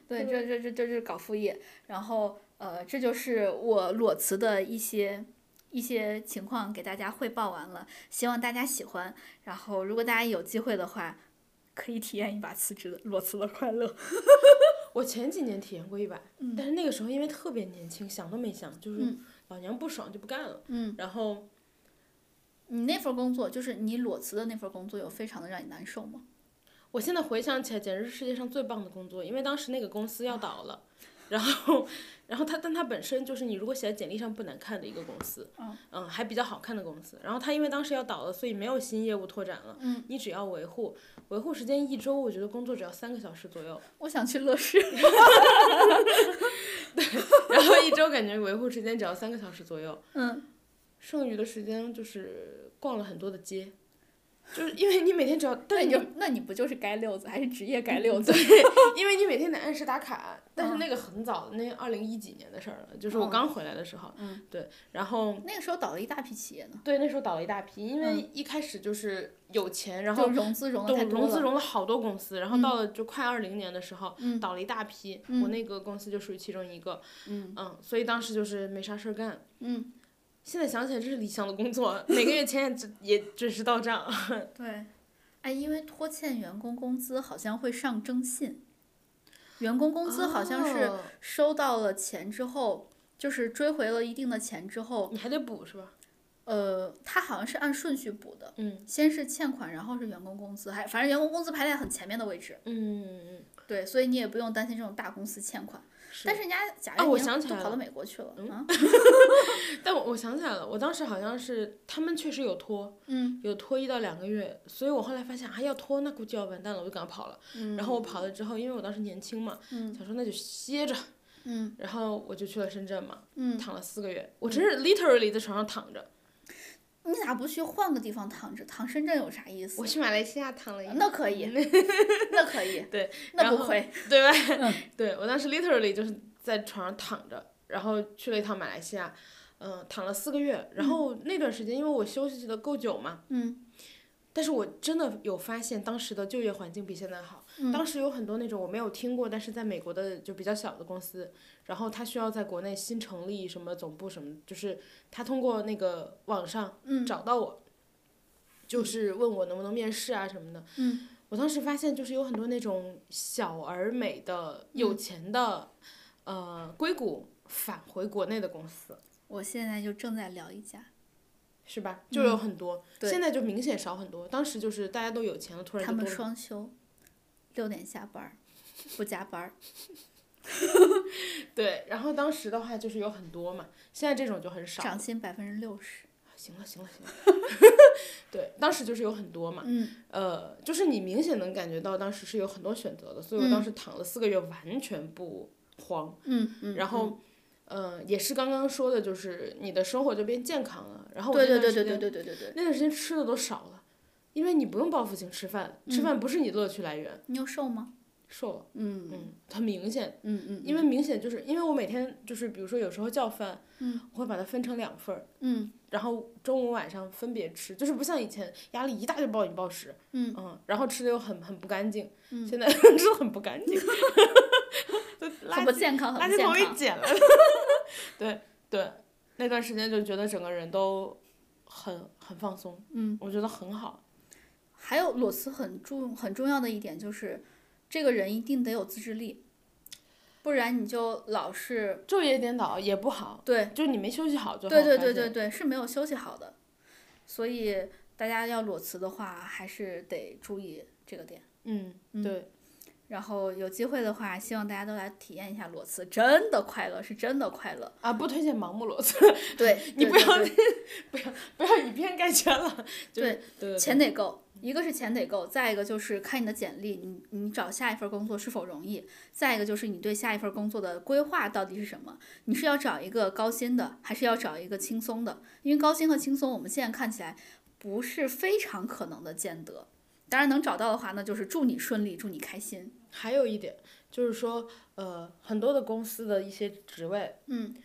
对，这这这这就是搞副业，然后呃，这就是我裸辞的一些一些情况给大家汇报完了，希望大家喜欢。然后如果大家有机会的话，可以体验一把辞职的裸辞的快乐。我前几年体验过一把，但是那个时候因为特别年轻，想都没想，就是老娘不爽就不干了。嗯，然后你那份工作就是你裸辞的那份工作，有非常的让你难受吗？我现在回想起来，简直是世界上最棒的工作，因为当时那个公司要倒了，然后，然后它，但它本身就是你如果写在简历上不难看的一个公司，嗯还比较好看的公司。然后它因为当时要倒了，所以没有新业务拓展了，嗯你只要维护，维护时间一周，我觉得工作只要三个小时左右， 我想去乐视。 然后一周感觉维护时间只要三个小时左右，嗯，剩余的时间就是逛了很多的街，就是因为你每天只要，那但是你你就那你不就是该溜子，还是职业该溜子？因为你每天得按时打卡，但嗯是那个很早，那二零一几年的事儿了，就是我刚回来的时候，嗯对，然后 那个时候倒了一大批企业呢，对那时候倒了一大批，因为嗯一开始就是有钱，然就后融资融的太对多融了。资融了好多公司，然后到了就快二零年的时候。嗯倒了一大批，嗯我那个公司就属于其中一个，嗯所以当时就是没啥事儿干。嗯。现在想起来，这是理想的工作，每个月钱也只也准时到账。对，哎，因为拖欠员工工资好像会上征信，员工工资好像是哦收到了钱之后，就是追回了一定的钱之后，你还得补是吧？呃，他好像是按顺序补的，嗯先是欠款，然后是员工工资，还反正员工工资排在很前面的位置。嗯，对，所以你也不用担心这种大公司欠款。是但是人家贾哦跃我亭想起都来跑到了嗯美国去了啊，但我我想起来了，我当时好像是他们确实有拖，嗯，有拖一到两个月，所以我后来发现还、要拖，那估计要完蛋了，我就赶快跑了。然后我跑了之后，因为我当时年轻嘛，嗯想说那就歇着，嗯，然后我就去了深圳嘛，嗯躺了四个月，我真是 literally 在床上躺着，你咋不去换个地方躺着？躺深圳有啥意思我？去马来西亚躺了一那可以，那可以， 对，那然不后亏。 对吧？嗯对我当时 literally 就是在床上躺着，然后去了一趟马来西亚，嗯、躺了四个月。然后那段时间，因为我休息的够久嘛，嗯但是我真的有发现当时的就业环境比现在好。嗯当时有很多那种我没有听过，但是在美国的就比较小的公司，然后他需要在国内新成立什么总部什么，就是他通过那个网上嗯找到我，就是问我能不能面试啊什么的。嗯我当时发现，就是有很多那种小而美的、有钱的，呃，硅谷返回国内的公司，我现在就正在聊一家，是吧？就有很多，对现在就明显少很多。当时就是大家都有钱了，突然他就们多了。双休，六点下班儿，不加班儿。对，然后当时的话就是有很多嘛，现在这种就很少。涨薪百分之六十。 行了，行了，行了。 对，当时就是有很多嘛，嗯呃，就是你明显能感觉到当时是有很多选择的，所以我当时躺了四个月，完全不慌。嗯嗯。然后，呃，也是刚刚说的，就是你的生活就变健康了。然后我对那对段对时对间对对对对对，那段时间吃的都少了，因为你不用报复性吃饭，嗯吃饭不是你乐趣来源。你有瘦吗？瘦了，嗯嗯，很明显，嗯嗯因为明显就是因为我每天就是比如说有时候叫饭，嗯，我会把它分成两份儿，嗯然后中午晚上分别吃，就是不像以前压力一大就暴饮暴食，嗯然后吃的又很很不干净，嗯现在吃的很不 干净，就垃很不健康，很垃不圾健桶给康。捡了。 对对，那段时间就觉得整个人都很很放松，嗯，我觉得很好。还有裸辞很重很重要的一点就是，这个人一定得有自制力，不然你就老是昼夜颠倒也不好，对就你没休息好就对好对哦发对现对对是没有休息好的，所以大家要裸辞的话，还是得注意这个点。嗯嗯对，然后有机会的话，希望大家都来体验一下裸辞，真的快乐，是真的快乐。啊，不推荐盲目裸辞， 对，你对不对要对不要以偏概全了。就是对对对钱得够，一个是钱得够，再一个就是看你的简历，你你找下一份工作是否容易，再一个就是你对下一份工作的规划到底是什么？你是要找一个高薪的，还是要找一个轻松的？因为高薪和轻松，我们现在看起来不是非常可能的见得。当然能找到的话，那就是祝你顺利，祝你开心。还有一点就是说，呃，很多的公司的一些职位，嗯，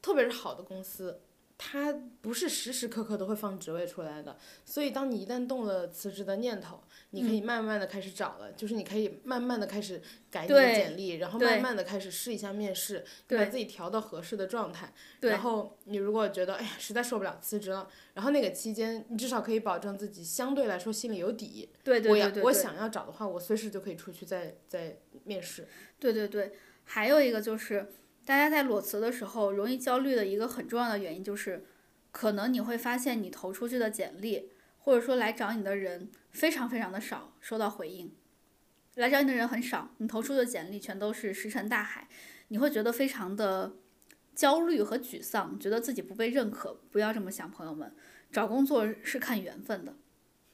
特别是好的公司，它不是时时刻刻都会放职位出来的，所以当你一旦动了辞职的念头，你可嗯以慢慢的开始找了，就是你可以慢慢的开始改你的对简历，然后对慢慢的开始试一下面试，对把自己调到合适的状态。对然后你如果觉得哎呀实在受不了辞职了，然后那个期间你至少可以保证自己相对来说心里有底。对对我对要对我对，想要找的话，我随时就可以出去再再面试。对对对。还有一个就是，大家在裸辞的时候容易焦虑的一个很重要的原因就是，可能你会发现你投出去的简历，或者说来找你的人非常非常的少，收到回应。来找你的人很少，你投出的简历全都是石沉大海，你会觉得非常的焦虑和沮丧，觉得自己不被认可。不要这么想，朋友们，找工作是看缘分的，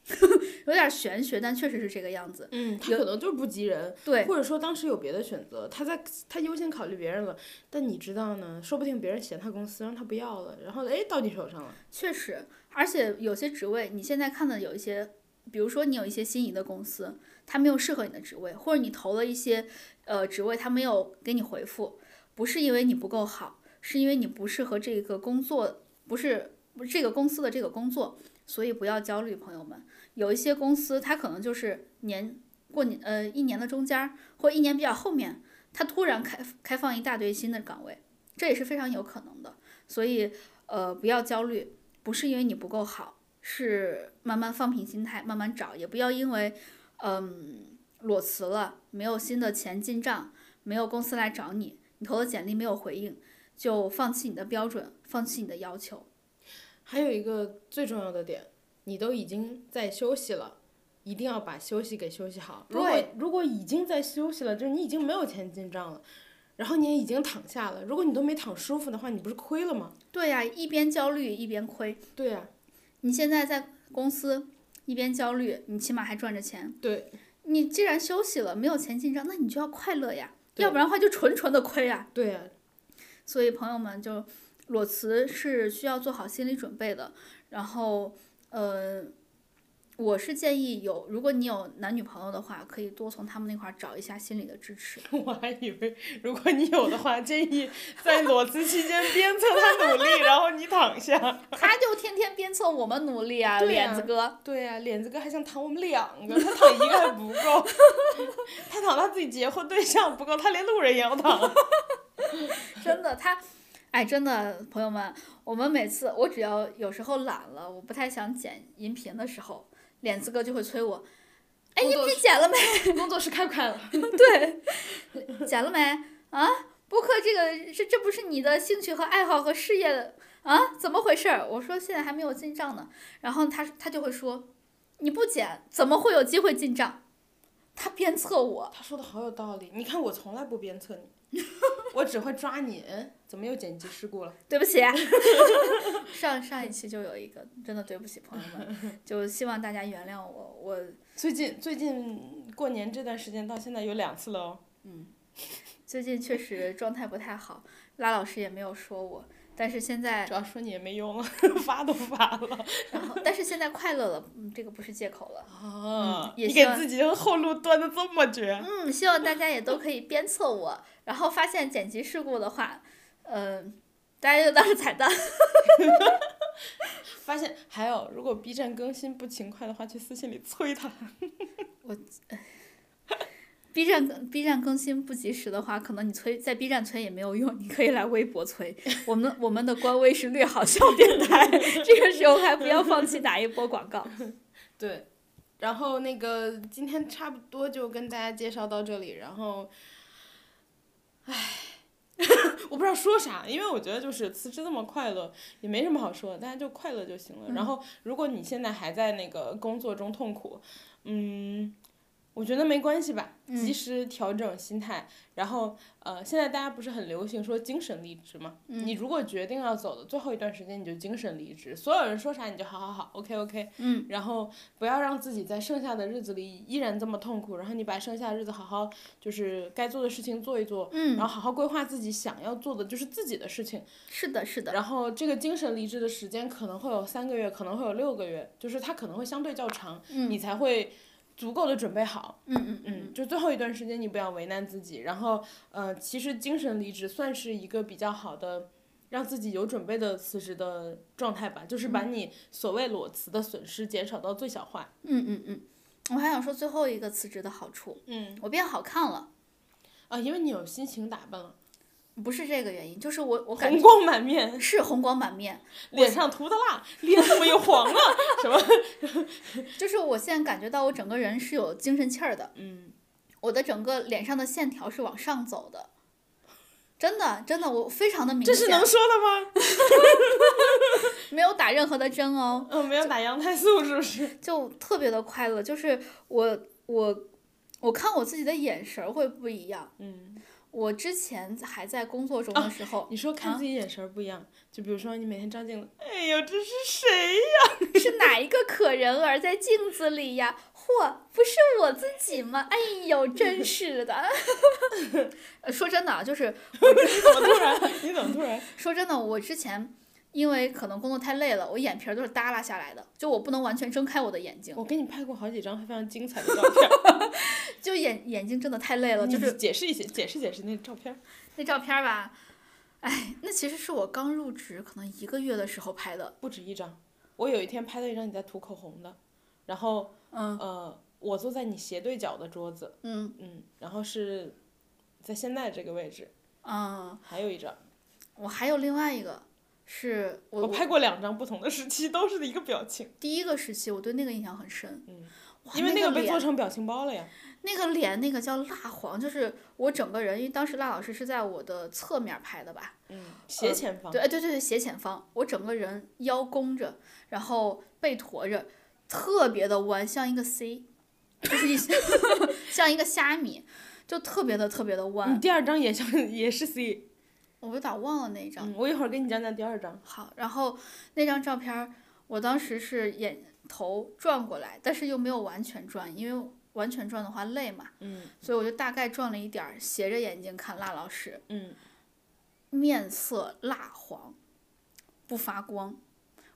有点玄学，但确实是这个样子。嗯，他可能就是不急人，对，或者说当时有别的选择，他在他优先考虑别人了，但你知道呢，说不定别人嫌他公司让他不要了，然后哎到你手上了，确实，而且有些职位，你现在看的有一些，比如说你有一些心仪的公司，它没有适合你的职位，或者你投了一些呃职位，它没有给你回复，不是因为你不够好，是因为你不适合这个工作，不是不是这个公司的这个工作，所以不要焦虑，朋友们。有一些公司，它可能就是年过年呃一年的中间儿，或一年比较后面，它突然开开放一大堆新的岗位，这也是非常有可能的，所以。呃，不要焦虑，不是因为你不够好，是慢慢放平心态，慢慢找，也不要因为嗯裸辞了，没有新的钱进账，没有公司来找你，你投的简历没有回应，就放弃你的标准，放弃你的要求。还有一个最重要的点，你都已经在休息了，一定要把休息给休息好。如果对如果已经在休息了，就是你已经没有钱进账了，然后你也已经躺下了，如果你都没躺舒服的话，你不是亏了吗？对呀、一边焦虑一边亏。对呀、你现在在公司一边焦虑，你起码还赚着钱。对你既然休息了，没有钱进账，那你就要快乐呀，对要不然的话就纯纯的亏呀。对啊呀、所以朋友们就裸辞是需要做好心理准备的。然后，呃，我是建议有，如果你有男女朋友的话，可以多从他们那块儿找一下心理的支持。 我还以为如果你有的话，建议在裸辞期间鞭策他努力，然后你躺下。他就天天鞭策我们努力啊， 对脸呀子哥。 对呀、脸子哥还想躺我们两个，他躺一个还不够， 他躺他自己结婚对象不够，他连路人也要躺。真的，他，哎，真的，朋友们，我们每次我只要有时候懒了，我不太想剪音频的时候，脸子哥就会催我，哎，工音作频剪了 工作室开不开了？没？剪了没？啊，播客这个这这不是你的兴趣和爱好和事业的啊？怎么回事儿？我说现在还没有进账呢，然后他他就会说，你不剪怎么会有机会进账？他鞭策我，他说的好有道理，你看我从来不鞭策你， 我只会抓你。嗯怎么又剪辑事故了？对不起。上上一期就有一个，真的对不起朋友们，就希望大家原谅我，我。最近最近过年这段时间到现在有两次了哦。最近确实状态不太好，拉老师也没有说我，但是现在，主要说你也没用了， 发都发了。然后但是现在快乐了，嗯，这个不是借口了。啊也你希给望自己的后路断的这么绝。嗯，希望大家也都可以鞭策我，然后发现剪辑事故的话，嗯、大家就当是彩蛋。发现还有，如果 B 站更新不勤快的话，去私信里催他。 B 站更 B 站更新不及时的话，可能你催在 B 站催也没有用，你可以来微博催。我们我们的官微是略好笑电台，这个时候还不要放弃打一波广告。对，然后那个今天差不多就跟大家介绍到这里，然后，唉， 我不知道说啥，因为我觉得就是辞职这么快乐也没什么好说，的，大家就快乐就行了。嗯然后，如果你现在还在那个工作中痛苦，嗯。我觉得没关系吧，嗯及时调整心态。然后，呃，现在大家不是很流行说精神离职嘛？嗯你如果决定要走的最后一段时间，你就精神离职，所有人说啥你就好好好，OK OK。嗯，然后不要让自己在剩下的日子里依然这么痛苦，然后你把剩下的日子好好就是该做的事情做一做，嗯然后好好规划自己想要做的就是自己的事情， 是的，是的，然后这个精神离职的时间可能会有三个月，可能会有六个月，就是它可能会相对较长，你才会足够的准备好，嗯嗯嗯，嗯，就最后一段时间你不要为难自己，然后呃，其实精神离职算是一个比较好的。让自己有准备的辞职的状态吧，就是把你所谓裸辞的损失减少到最小化。嗯嗯嗯，我还想说最后一个辞职的好处，嗯我变好看了，啊，因为你有心情打扮了，不是这个原因，就是我我感红觉光满面，是红光满面，脸上涂的蜡，脸怎么又黄了？什么？就是我现在感觉到我整个人是有精神气儿的，嗯，我的整个脸上的线条是往上走的，真的真的我非常的明这是能显，说的吗？没有打任何的针哦，嗯，没有打羊胎素是不是？就特别的快乐，就是我我我看我自己的眼神儿会不一样，嗯，我之前还在工作中的时候，你说看啊自己眼神儿不一样，就比如说你每天照镜子，哎呦，这是谁呀？是哪一个可人儿在镜子里呀？嚯，不是我自己吗？哎呦，真是 的！ 呃说真的啊，就是你怎么突然？你怎么突然？说真的，我之前因为可能工作太累了，我眼皮儿都是耷拉下来的，就我不能完全睁开我的眼睛， 我给你拍过好几张非常精彩的 照片儿，就眼眼睛真的太累了，就是你解释一些，解释解释那照片儿。那照片儿吧。哎，那其实是我刚入职可能一个月的时候拍的，不止一张，我有一天拍到一张你在涂口红的，然后嗯呃，我坐在你斜对角的桌子，嗯嗯，然后是在现在这个位置，嗯，还有一张，我还有另外一个是我我拍过两张不同的时期，都是一个表情，第一个时期，我对那个印象很深。嗯哇，因为那那个个被脸做成表情包了呀。那个脸那个叫蜡黄，就是我整个人，因为当时蜡老师是在我的侧面拍的吧，嗯，斜前方。对，哎对对对，斜前方，我整个人腰弓着，然后背驼着，特别的弯，像一个 C，就是一 像一个虾米，就特别的特别的你弯，嗯第二张也像也是 C，我有点忘了那一张。嗯，我一会儿给你讲讲第二张。好，然后那张照片儿，我当时是眼头转过来，但是又没有完全转，因为完全转的话累嘛，嗯所以我就大概转了一点儿，斜着眼睛看辣老师，嗯，面色蜡黄，不发光，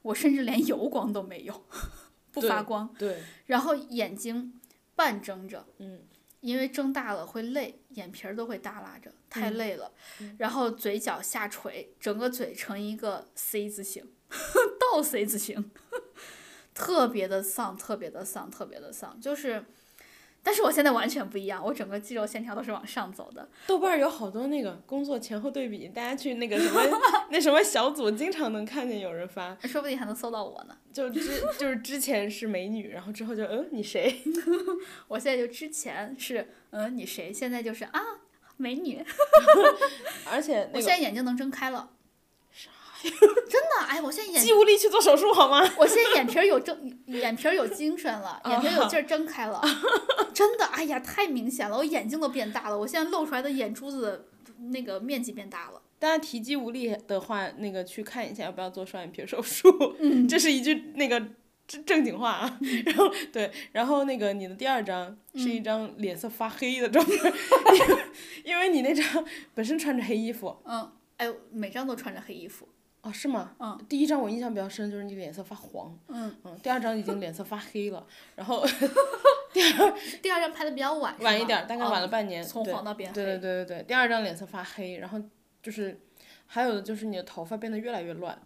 我甚至连油光都没有， 不发对光， 对，然后眼睛半睁着，嗯因为睁大了会累，眼皮儿都会耷拉着，太嗯累了。嗯然后嘴角下垂，整个嘴呈一个 C 字形， 倒 C 字形， 特别的丧，特别的丧，特别的丧。就是，但是我现在完全不一样，我整个肌肉线条都是往上走的。豆瓣儿有好多那个工作前后对比，大家去那个什么 那什么小组，经常能看见有人发，说不定还能搜到我呢。就之就是之前是美女，然后之后就嗯你谁？我现在就之前是，嗯，你谁？现在就是啊，美女。而且我那现个在眼睛能睁开了。真的，哎，我现在眼肌无力去做手术好吗？我现在眼皮儿有睁，眼皮儿有精神了，眼皮儿有劲儿睁开了， 真的，哎呀，太明显了，我眼睛都变大了，我现在露出来的眼珠子那个面积变大了。大家提肌无力的话，那个去看一下要不要做双眼皮手术，嗯 这是一句那个正正经话啊。 然后对，然后那个你的第二张嗯是一张脸色发黑的照片， 因为因为你那张本身穿着黑衣服。嗯，哎，每张都穿着黑衣服。哦，是吗？嗯，第一张我印象比较深，就是你脸色发黄。嗯，嗯，第二张已经脸色发黑了，然后第二张拍的比较晚，是哦晚一吧点儿，大概晚了半年。哦从对黄到变黑。对对对对对，第二张脸色发黑，然后就是还有的就是你的头发变得越来越乱，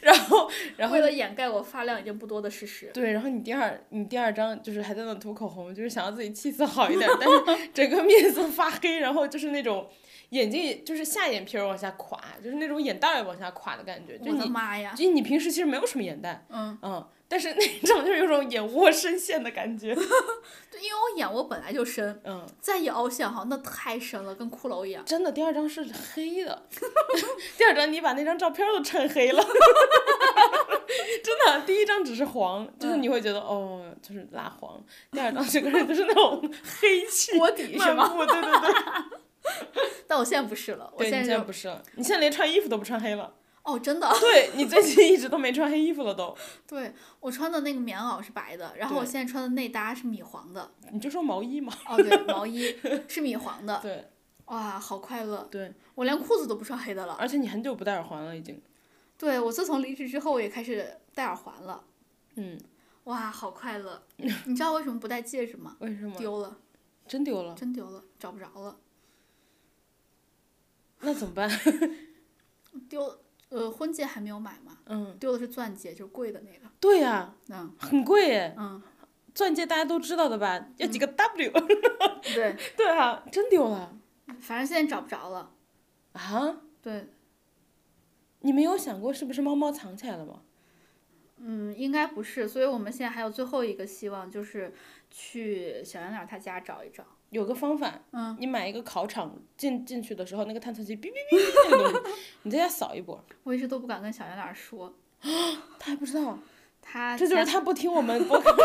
然后然后为了掩盖我发量已经不多的事实，对，然后你第二你第二张就是还在那涂口红，就是想要自己气色好一点，但 是整个面色发黑，然后就是那种眼睛也就是下眼皮儿往下垮，就是那种眼袋儿往下垮的感觉，就我的你妈呀！就你平时其实没有什么眼袋，嗯，嗯，但是那种就是有种眼窝深陷的感 觉，对，因为我眼窝本来就深，嗯。再一凹陷哈，那太深了，跟骷髅一样。真的，第二张是黑的， 第二张你把那张照片都衬黑了， 真的，第一张只是黄，就是嗯你会觉得、哦，就是蜡黄，第二张整个人就是那种黑气锅底是漫吗？步，对对对，但我现在不是了，我对现你在现在就不是了，你现在连穿衣服都不穿黑了， 哦，真的， 对你最近一直都没穿黑衣服了都，对我穿的那个棉袄是白的，然后我对现在穿的内搭是米黄的，你就说毛衣嘛，哦对，毛衣是米黄的， 对哇，好快乐！对，我连裤子都不穿黑的了。而且你很久不戴耳环了已经，对我自从离职之后，我也开始戴耳环了，嗯，哇，好快乐！ 你知道为什么不戴戒指吗？为什么？丢了，真丢了，真丢了，找不着了，那怎么办？丢。呃，婚戒还没有买嘛，嗯，啊丢的是钻戒，就是贵的那个。对呀、嗯很贵耶。嗯，钻戒大家都知道的吧？要几个 W？、对，对啊，真丢了反正现在找不着了。啊！对，你没有想过是不是猫猫藏起来了吗？嗯，应该不是，所以我们现在还有最后一个希望，就是去小圆脸儿他家找一找。有个方法，嗯，你买一个考场进进去的时候，那个探测器哔哔哔那个东西，你在家扫一波。我一直都不敢跟小圆脸儿说，他还不知道，他这就是前他不听我们播客。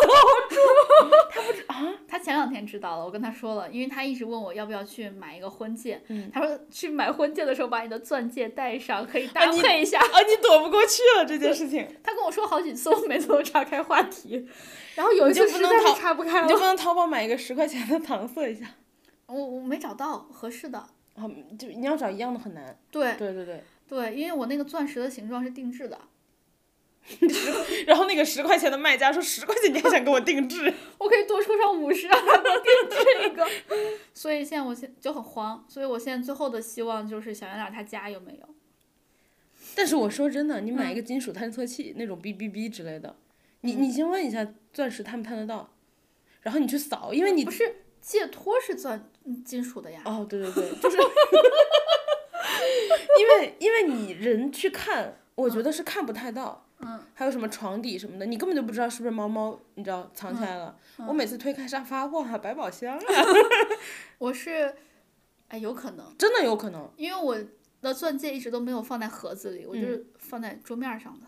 他前两天知道了，我跟他说了，因为他一直问我要不要去买一个婚戒，嗯他说去买婚戒的时候把你的钻戒戴上，可以搭你配一下。啊，你躲不过去了这件事情，他跟我说好几次，我每次都岔开话题， 然后有一你就次不实能在逃是岔不开你就了，不能淘宝买一个十块钱的搪塞一下。我我没找到合适的。啊，就你要找一样的很难。对对对对，对，因为我那个钻石的形状是定制的，然后那个十块钱的卖家说十块钱你还想给我定制？ 我可以 多出上五十让他们定制一个。 所以现在我现就很慌，所以我现在最后的希望就是小圆脸他家有没有？但是我说真的，你买一个金属探测器、那种哔哔哔之类的，你你先问一下钻石探不探得到，然后你去扫，因为你不是戒托是钻嗯金属的呀。 哦对对对，就是因为因为你人去看，我觉得是看不太到。嗯，还有什么床底什么的，你根本就不知道是不是猫猫，你知道藏起来了。嗯我每次推开沙发，哇，百宝箱啊，我是，哎，有可能，真的有可能。，因为我的钻戒一直都没有放在盒子里，我就是放在桌面上的，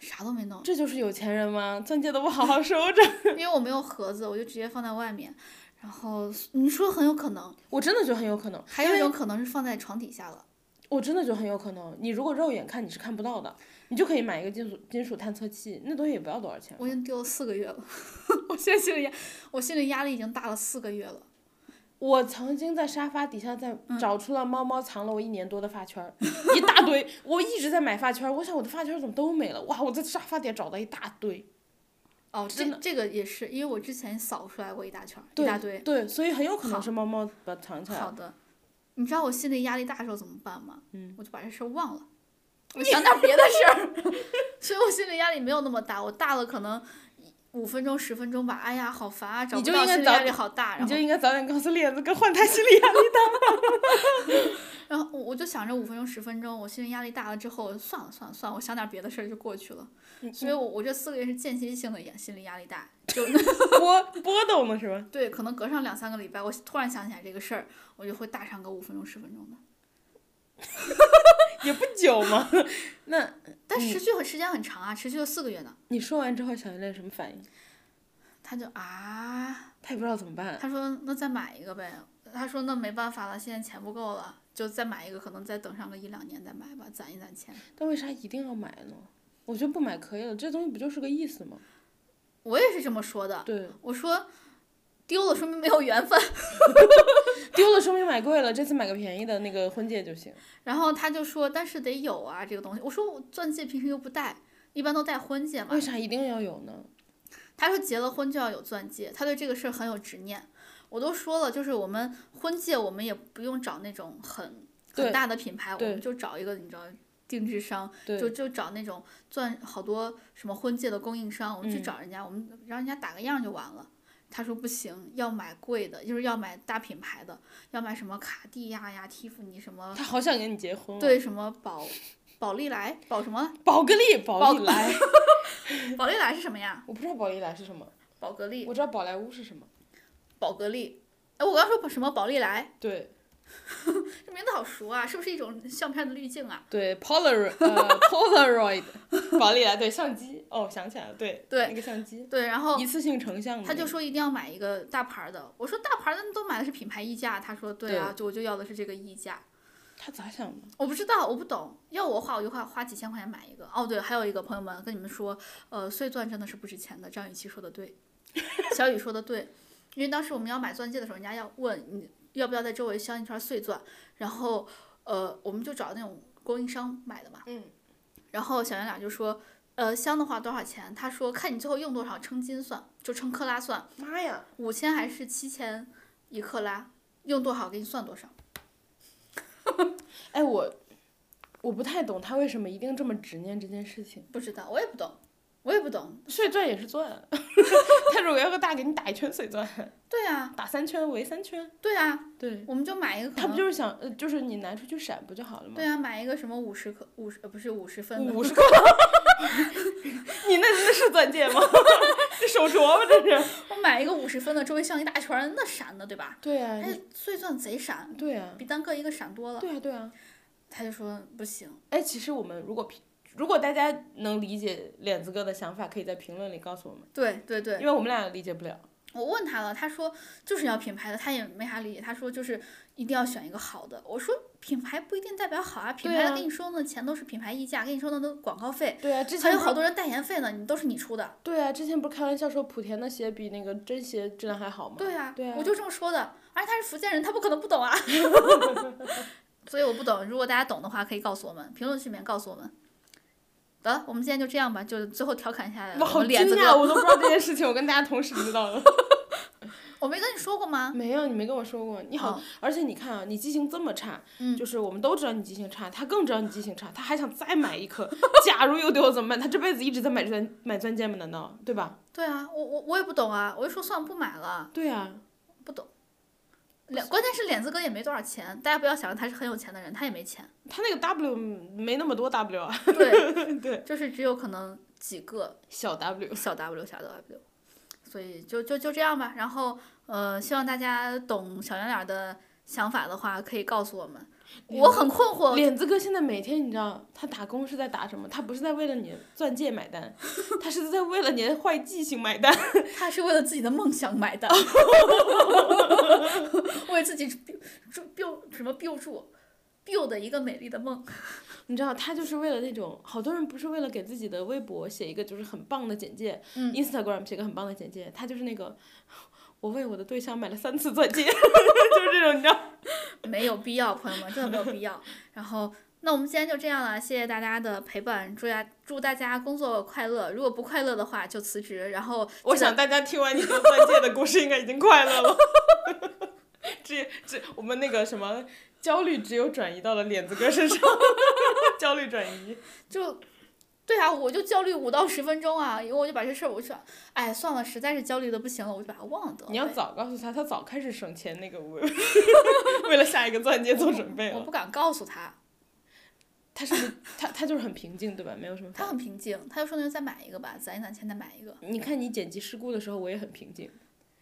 啥都没弄这就是有钱人吗？钻戒都不好好收着。 因为我没有盒子，我就直接放在外面。然后你说很有可能，我真的觉得很有可能，还有一种可能是放在床底下了。我真的觉得很有可能。你如果肉眼看你是看不到的，你就可以买一个金属金属探测器，那东西也不要多少钱。我已经丢了四个月了， 我现在心里压，我心里压力已经大了四个月了。我曾经在沙发底下在嗯找出了猫猫藏了我一年多的发圈儿，一大堆。 我一直在买发圈儿，我想我的发圈儿怎么都没了？哇，我在沙发底下找到一大堆。哦，真这这个也是，因为我之前扫出来过一大圈儿，一对大堆。对，所以很有可能是猫猫把它藏起来好了。的，你知道我心里压力大的时候怎么办吗？我就把这事儿忘了，我想点儿别的事儿，所以我心理压力没有那么大。我大了可能一五分钟、十分钟吧，哎呀，好烦啊，找你不就到，应该心理早压力好大。你然后就，应该早点告诉链子跟换他心理压力。然后我我就想着五分钟、十分钟，我心理压力大了之后，算了算了算了，我想点儿别的事儿就过去了。所以我，我这四个月是间歇性的压心理压力大，就波波动了是吧？对，可能隔上两三个礼拜，我突然想起来这个事儿，我就会大上个五分钟、十分钟的。也不久 嘛。那但持续很时间很长啊，持续了四个月呢。你说完之后，小圆脸什么反应？他就啊，他也不知道怎么办。他说那再买一个呗。他说那没办法了，现在钱不够了，就再买一个，可能再等上个一两年再买吧，攒一攒钱。但为啥一定要买呢？我觉得不买可以了，这东西不就是个意思吗？我也是这么说的，对，我说丢了说明没有缘分。丢了说明买贵了，这次买个便宜的那个婚戒就行。然后他就说但是得有啊这个东西。我说我钻戒平时又不戴，一般都戴婚戒嘛为。啥一定要有呢？他说结了婚就要有钻戒，他对这个事儿很有执念。我都说了，就是我们婚戒我们也不用找那种很对很大的品牌，我对们就找一个你知道定制商。就对，就找那种钻好多什么婚戒的供应商，我嗯们去找人家，我们让人家打个样就完了。他说不行，要买贵的，就是要买大品牌的，要买什么卡地亚呀、蒂芙尼什么，他好想跟你结婚、哦。，对什么宝宝丽来，宝什么？宝格丽，宝啊宝丽来，宝丽来是什么呀？我不知道宝丽来是什么，宝格丽，我知道宝莱坞是什么。宝格丽。哎，我刚说宝什么宝丽来，对这名字好熟啊，是不是一种相片的滤镜啊？对，Polaroid，呃 ，Polaroid，宝丽来，对，相机。哦，想起来了，对，对那个相机，对，然后一次性成像的那他个。就说一定要买一个大牌儿的，我说大牌儿的都买的是品牌溢价，他说对啊，就我就要的是这个溢价。他咋想的？我不知道，我不懂。要我花，我就花花几千块钱买一个。哦，对，还有一个朋友们跟你们说，呃，碎钻真的是不值钱的。张雨绮说的对，小雨说的对，因为当时我们要买钻戒的时候，人家要问你要不要在周围镶一圈碎钻，然后呃，我们就找那种供应商买的嘛。嗯。然后小圆脸就说，呃，镶的话多少钱？他说看你最后用多少，称斤算，就称克拉算，妈呀！五千还是七千一克拉，用多少给你算多少。哎，我我不太懂他为什么一定这么执念这件事情。不知道，我也不懂，我也不懂。碎钻也 是钻，他如果要个大，给你打一圈碎钻，对啊，打三圈围三圈。对啊，对，我们就买一个可他不能，就是想，呃，就是你拿出去闪不就好了吗对？啊，买一个什么五十克五十呃不是五十分的，五十克， 你那那是钻戒吗？ 这手镯吗？这是？我买一个五十分的，周围像一大圈儿，那闪的对啊吧？对呀、哎，碎钻贼闪，对呀、比单个一个闪多了。对呀、对呀、他就说不行，哎，其实我们如果评，如果大家能理解脸子哥的想法，可以在评论里告诉我们，对对对，因为我们俩理解不了。我问他了，他说就是要品牌的，他也没啥理解，他说就是一定要选一个好的。我说品牌不一定代表好啊，品对牌啊的给你收的钱都是品牌溢价，给你收的都广告费，对呀、之还前有不好多人代言费呢，你都是你出啊的。对啊，之前不是开玩笑说莆田的鞋比那个真鞋质量还好吗？对啊，对啊我就这么说的。而且他是福建人，他不可能不懂 啊。 所以我不懂，如果大家懂的话，可以告诉我们，评论区里面告诉我们。得了，我们今天就这样吧，就最后调侃一下我我好们惊脸子讶，哥。我都不知道这件事情，我跟大家同时知道了。我没跟你说过吗？没有，你没跟我说过，你好，哦而且你看啊，你记性这么差，嗯就是我们都知道你记性差，他更知道你记性差，他还想再买一颗，假如又丢了怎么办？他这辈子一直在买钻买钻戒吗？难道对吧？啊对啊，我我我也不懂啊，我就说算了，不买了，对啊，不懂。脸，关键是脸子哥也没多少钱，大家不要想着他是很有钱的人，他也没 钱。他那个 W 没那么多 W 啊，对对，就是只有可能几个小 W。小 W 小 W，所以就就就这样吧。然后呃，希望大家懂小圆脸儿的想法的话，可以告诉我们。嗯我很困惑，脸子哥现在每天你知道他打工是在打什么？他不是在为了你的钻戒买单，他是在为了你的坏记性买单。他是为了自己的梦想买 单，为自己 build build 什么 build 住 build 的一个美丽的梦。你知道他就是为了那种好多人不是为了给自己的微博写一个就是很棒的简介、嗯 i n s t a g r a m 写个很棒的简介，他就是那个我为我的对象买了三次钻戒， 就是这种你知道。没有必要，朋友们，真的没有必要。然后，那我们今天就这样了，谢谢大家的陪伴，祝大祝大家工作快乐。如果不快乐的话，就辞职。然后， 我想大家听完你的钻戒的故事，应该已经快乐了。 这这，我们那个什么焦虑只有转移到了脸子哥身上， 焦虑转移。就，对啊，我就焦虑五到十分钟啊，因为我就把这事儿，我就说，哎，算了，实在是焦虑的不行了，我就把它忘了得了呗。你要早告诉他，他早开始省钱那个为 为了下一个钻戒做准备我了。不敢告诉他，哦他是不是他他就是很平静对吧？没有什么他反很应。平静，他就说那就再买一个吧，攒一攒钱再买一个。你看你剪辑事故的时候，我也很平静。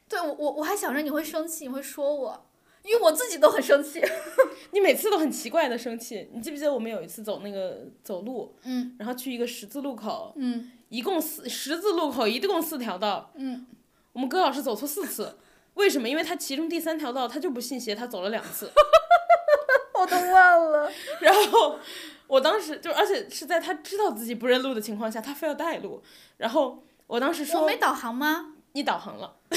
对我我我还想着你会生气，你会说我，因为我自己都很生气。 你每次都很奇怪的生气。你记不记得我们有一次走那个走路，嗯然后去一个十字路口，嗯一共四十字路口一共四条道，嗯，我们哥老师走错四次。为什么？因为他其中第三条道他就不信邪，他走了两次。我都忘了。然后我当时就，而且是在他知道自己不认路的情况下，他非要带路。然后我当时我说没导航吗？你导航了，啊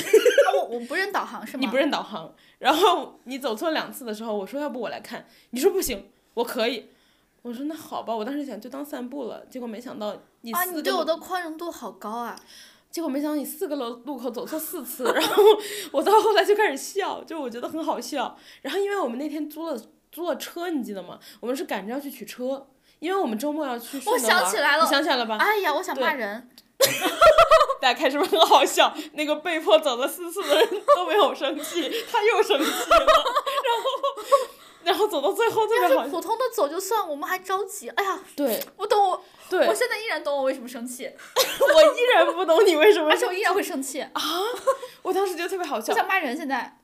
我我不认导航是吗？你不认导航。然后你走错两次的时候，我说要不我来看，你说不行，我可以。我说那好吧，我当时想就当散步了，结果没想到你啊，四你个对路我的宽容度好高啊！结果没想到你四个路路口走错四次，然后我到后来就开始笑，就我觉得很好笑。然后因为我们那天租了租了车，你记得吗？我们是赶着要去取车，因为我们周末要去顺我德玩儿。想起来了你想起来了吧？哎呀，我想啊对骂人，大家看是不是很好笑？那个被迫走了四次的人都没有生气， 他又生气了，然后然后走到最后特要别好是笑。普通的走就算，我们还着急。哎呀，对我懂我，对，我现在依然懂我为什么生气， 我依然不懂你为什么而且我依然会生气，我当时觉得特别好笑我。想骂人。现在，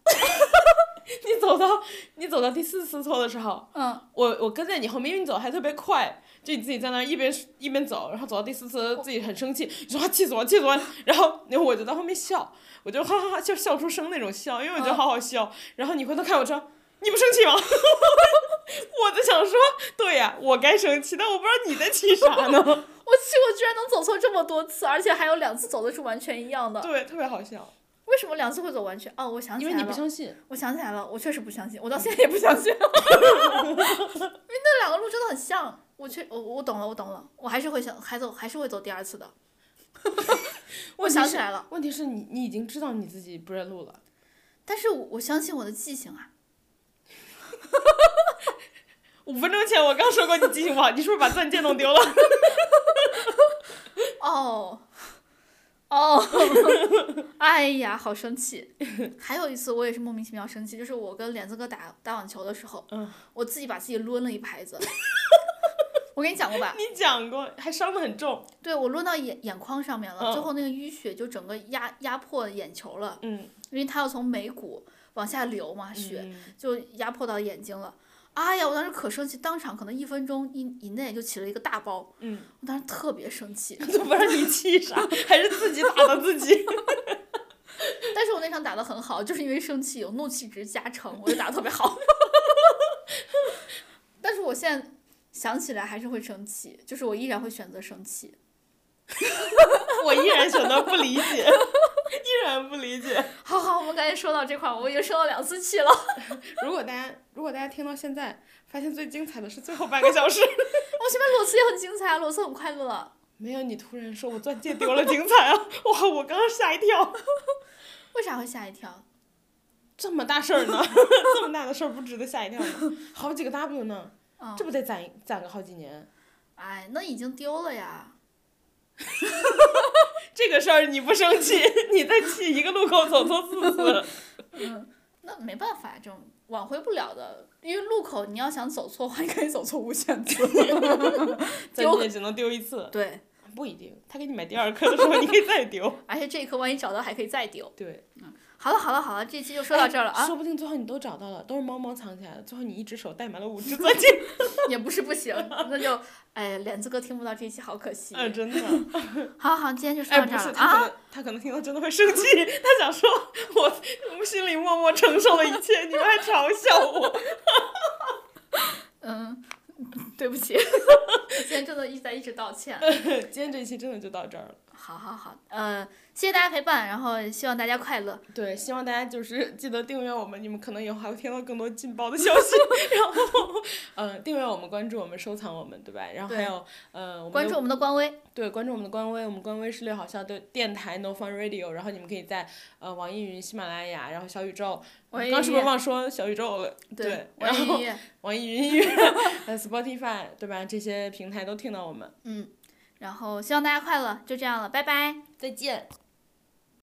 你走到你走到第四次错的时候，嗯，我我跟在你后面，因为你走得还特别快，就你自己在那儿一边一边走，然后走到第四次，自己很生气，你说啊气死我，气死我，然后然后我就在后面笑，我就哈哈哈笑笑出声那种笑，因为我觉得嗯好好笑。然后你回头看我说你不生气吗？ 我就想说，对呀、我该生气，但我不知道你在气啥呢。 我气我居然能走错这么多次，而且还有两次走的是完全一样的。对，特别好笑，为什么两次会走完全？哦，我想起因来为了，你不相信。我想起来了，我确实不相信，我到现在也不相信，因为那两个路真的很像。我确我我懂了，我懂了，我还是会想，还走还是会走第二次的。我想起来了，问题是你你已经知道你自己不认路了。但是我我相信我的记性啊。五分钟前我刚说过你记性不好，你是不是把钻戒弄丢了？ 哦，哦， 哎呀，好生 气！还有一次我也是莫名其妙生气，就是我跟莲子哥打打网球的时候，嗯我自己把自己抡了一拍 子。我跟你讲过吧？你讲过，还伤得很重。对我抡到眼眼眶上面了，嗯最后那个淤血就整个压压迫眼球了，嗯。因为它要从眉骨往下流嘛，血、嗯就压迫到眼睛了。哎呀，我当时可生气，当场可能一分钟以以内就起了一个大包，嗯，我当时特别生气。 都不知道你气啥，还是自己打的自己。 但是我那场打得很好，就是因为生气有怒气值加成，我就打得特别好。 但是我现在想起来还是会生气，就是我依然会选择生气。我依然选择不理解， 依然不理解。好好，我们赶紧说到这块儿，我已经生了两次气了。 我如果大家如果大家听到现在，发现最精彩的是最后半个小时，前面裸辞也很精彩，裸辞很快乐。 没有你突然说我钻戒丢了，精彩啊！哇，我刚刚吓一跳，为啥会吓一跳？这么大事儿 呢，这么大的事儿不值得吓一跳吗？好几个 W 呢，啊、这不得攒攒个好几年？哎，那已经丢了呀。 这个事儿你不生气，你再气一个路口走错四次，那没办法，这种挽回不了的，因为路口你要想走错的话，你可以走错无限次。咱也只能丢一次，对，不一定。他给你买第二颗的时候，你可以再丢。而且这一颗万一找到还可以再丢。 对，好了好了好了，这期就说到这儿了啊，哎说不定最后你都找到了，都是猫猫藏起来的，最后你一只手戴满了五只钻戒。 也不是不行，那就哎，脸子哥听不到这一期好可惜。 啊，真的。好好，今天就说 哎，到不这儿是，了他可啊，能他可能听到真的会生气，他想说，我我心里默默承受了一切，你们还嘲笑我。 嗯，对不起， 今天真的一直在一直道歉。今天这一期真的就到这儿了。好好好，呃，谢谢大家陪伴，然后希望大家快乐。对，希望大家就是记得订阅我们，你们可能以后还会听到更多劲爆的消息。 然后，呃，订阅我们，关注我们，收藏我们，对吧？然后还有，呃，我们关注的我们的官微，对关注我们的官微，我们官微是六好笑的电台 No Fun Radio，然后你们可以在呃网易云、喜马拉雅，然后小宇宙，网易刚是不是云忘说小宇宙了？对，网然易后音乐，网易云音 乐、呃 Spotify，对吧？这些平台都听到我们。嗯，然后希望大家快乐，就这样了，拜拜。再见。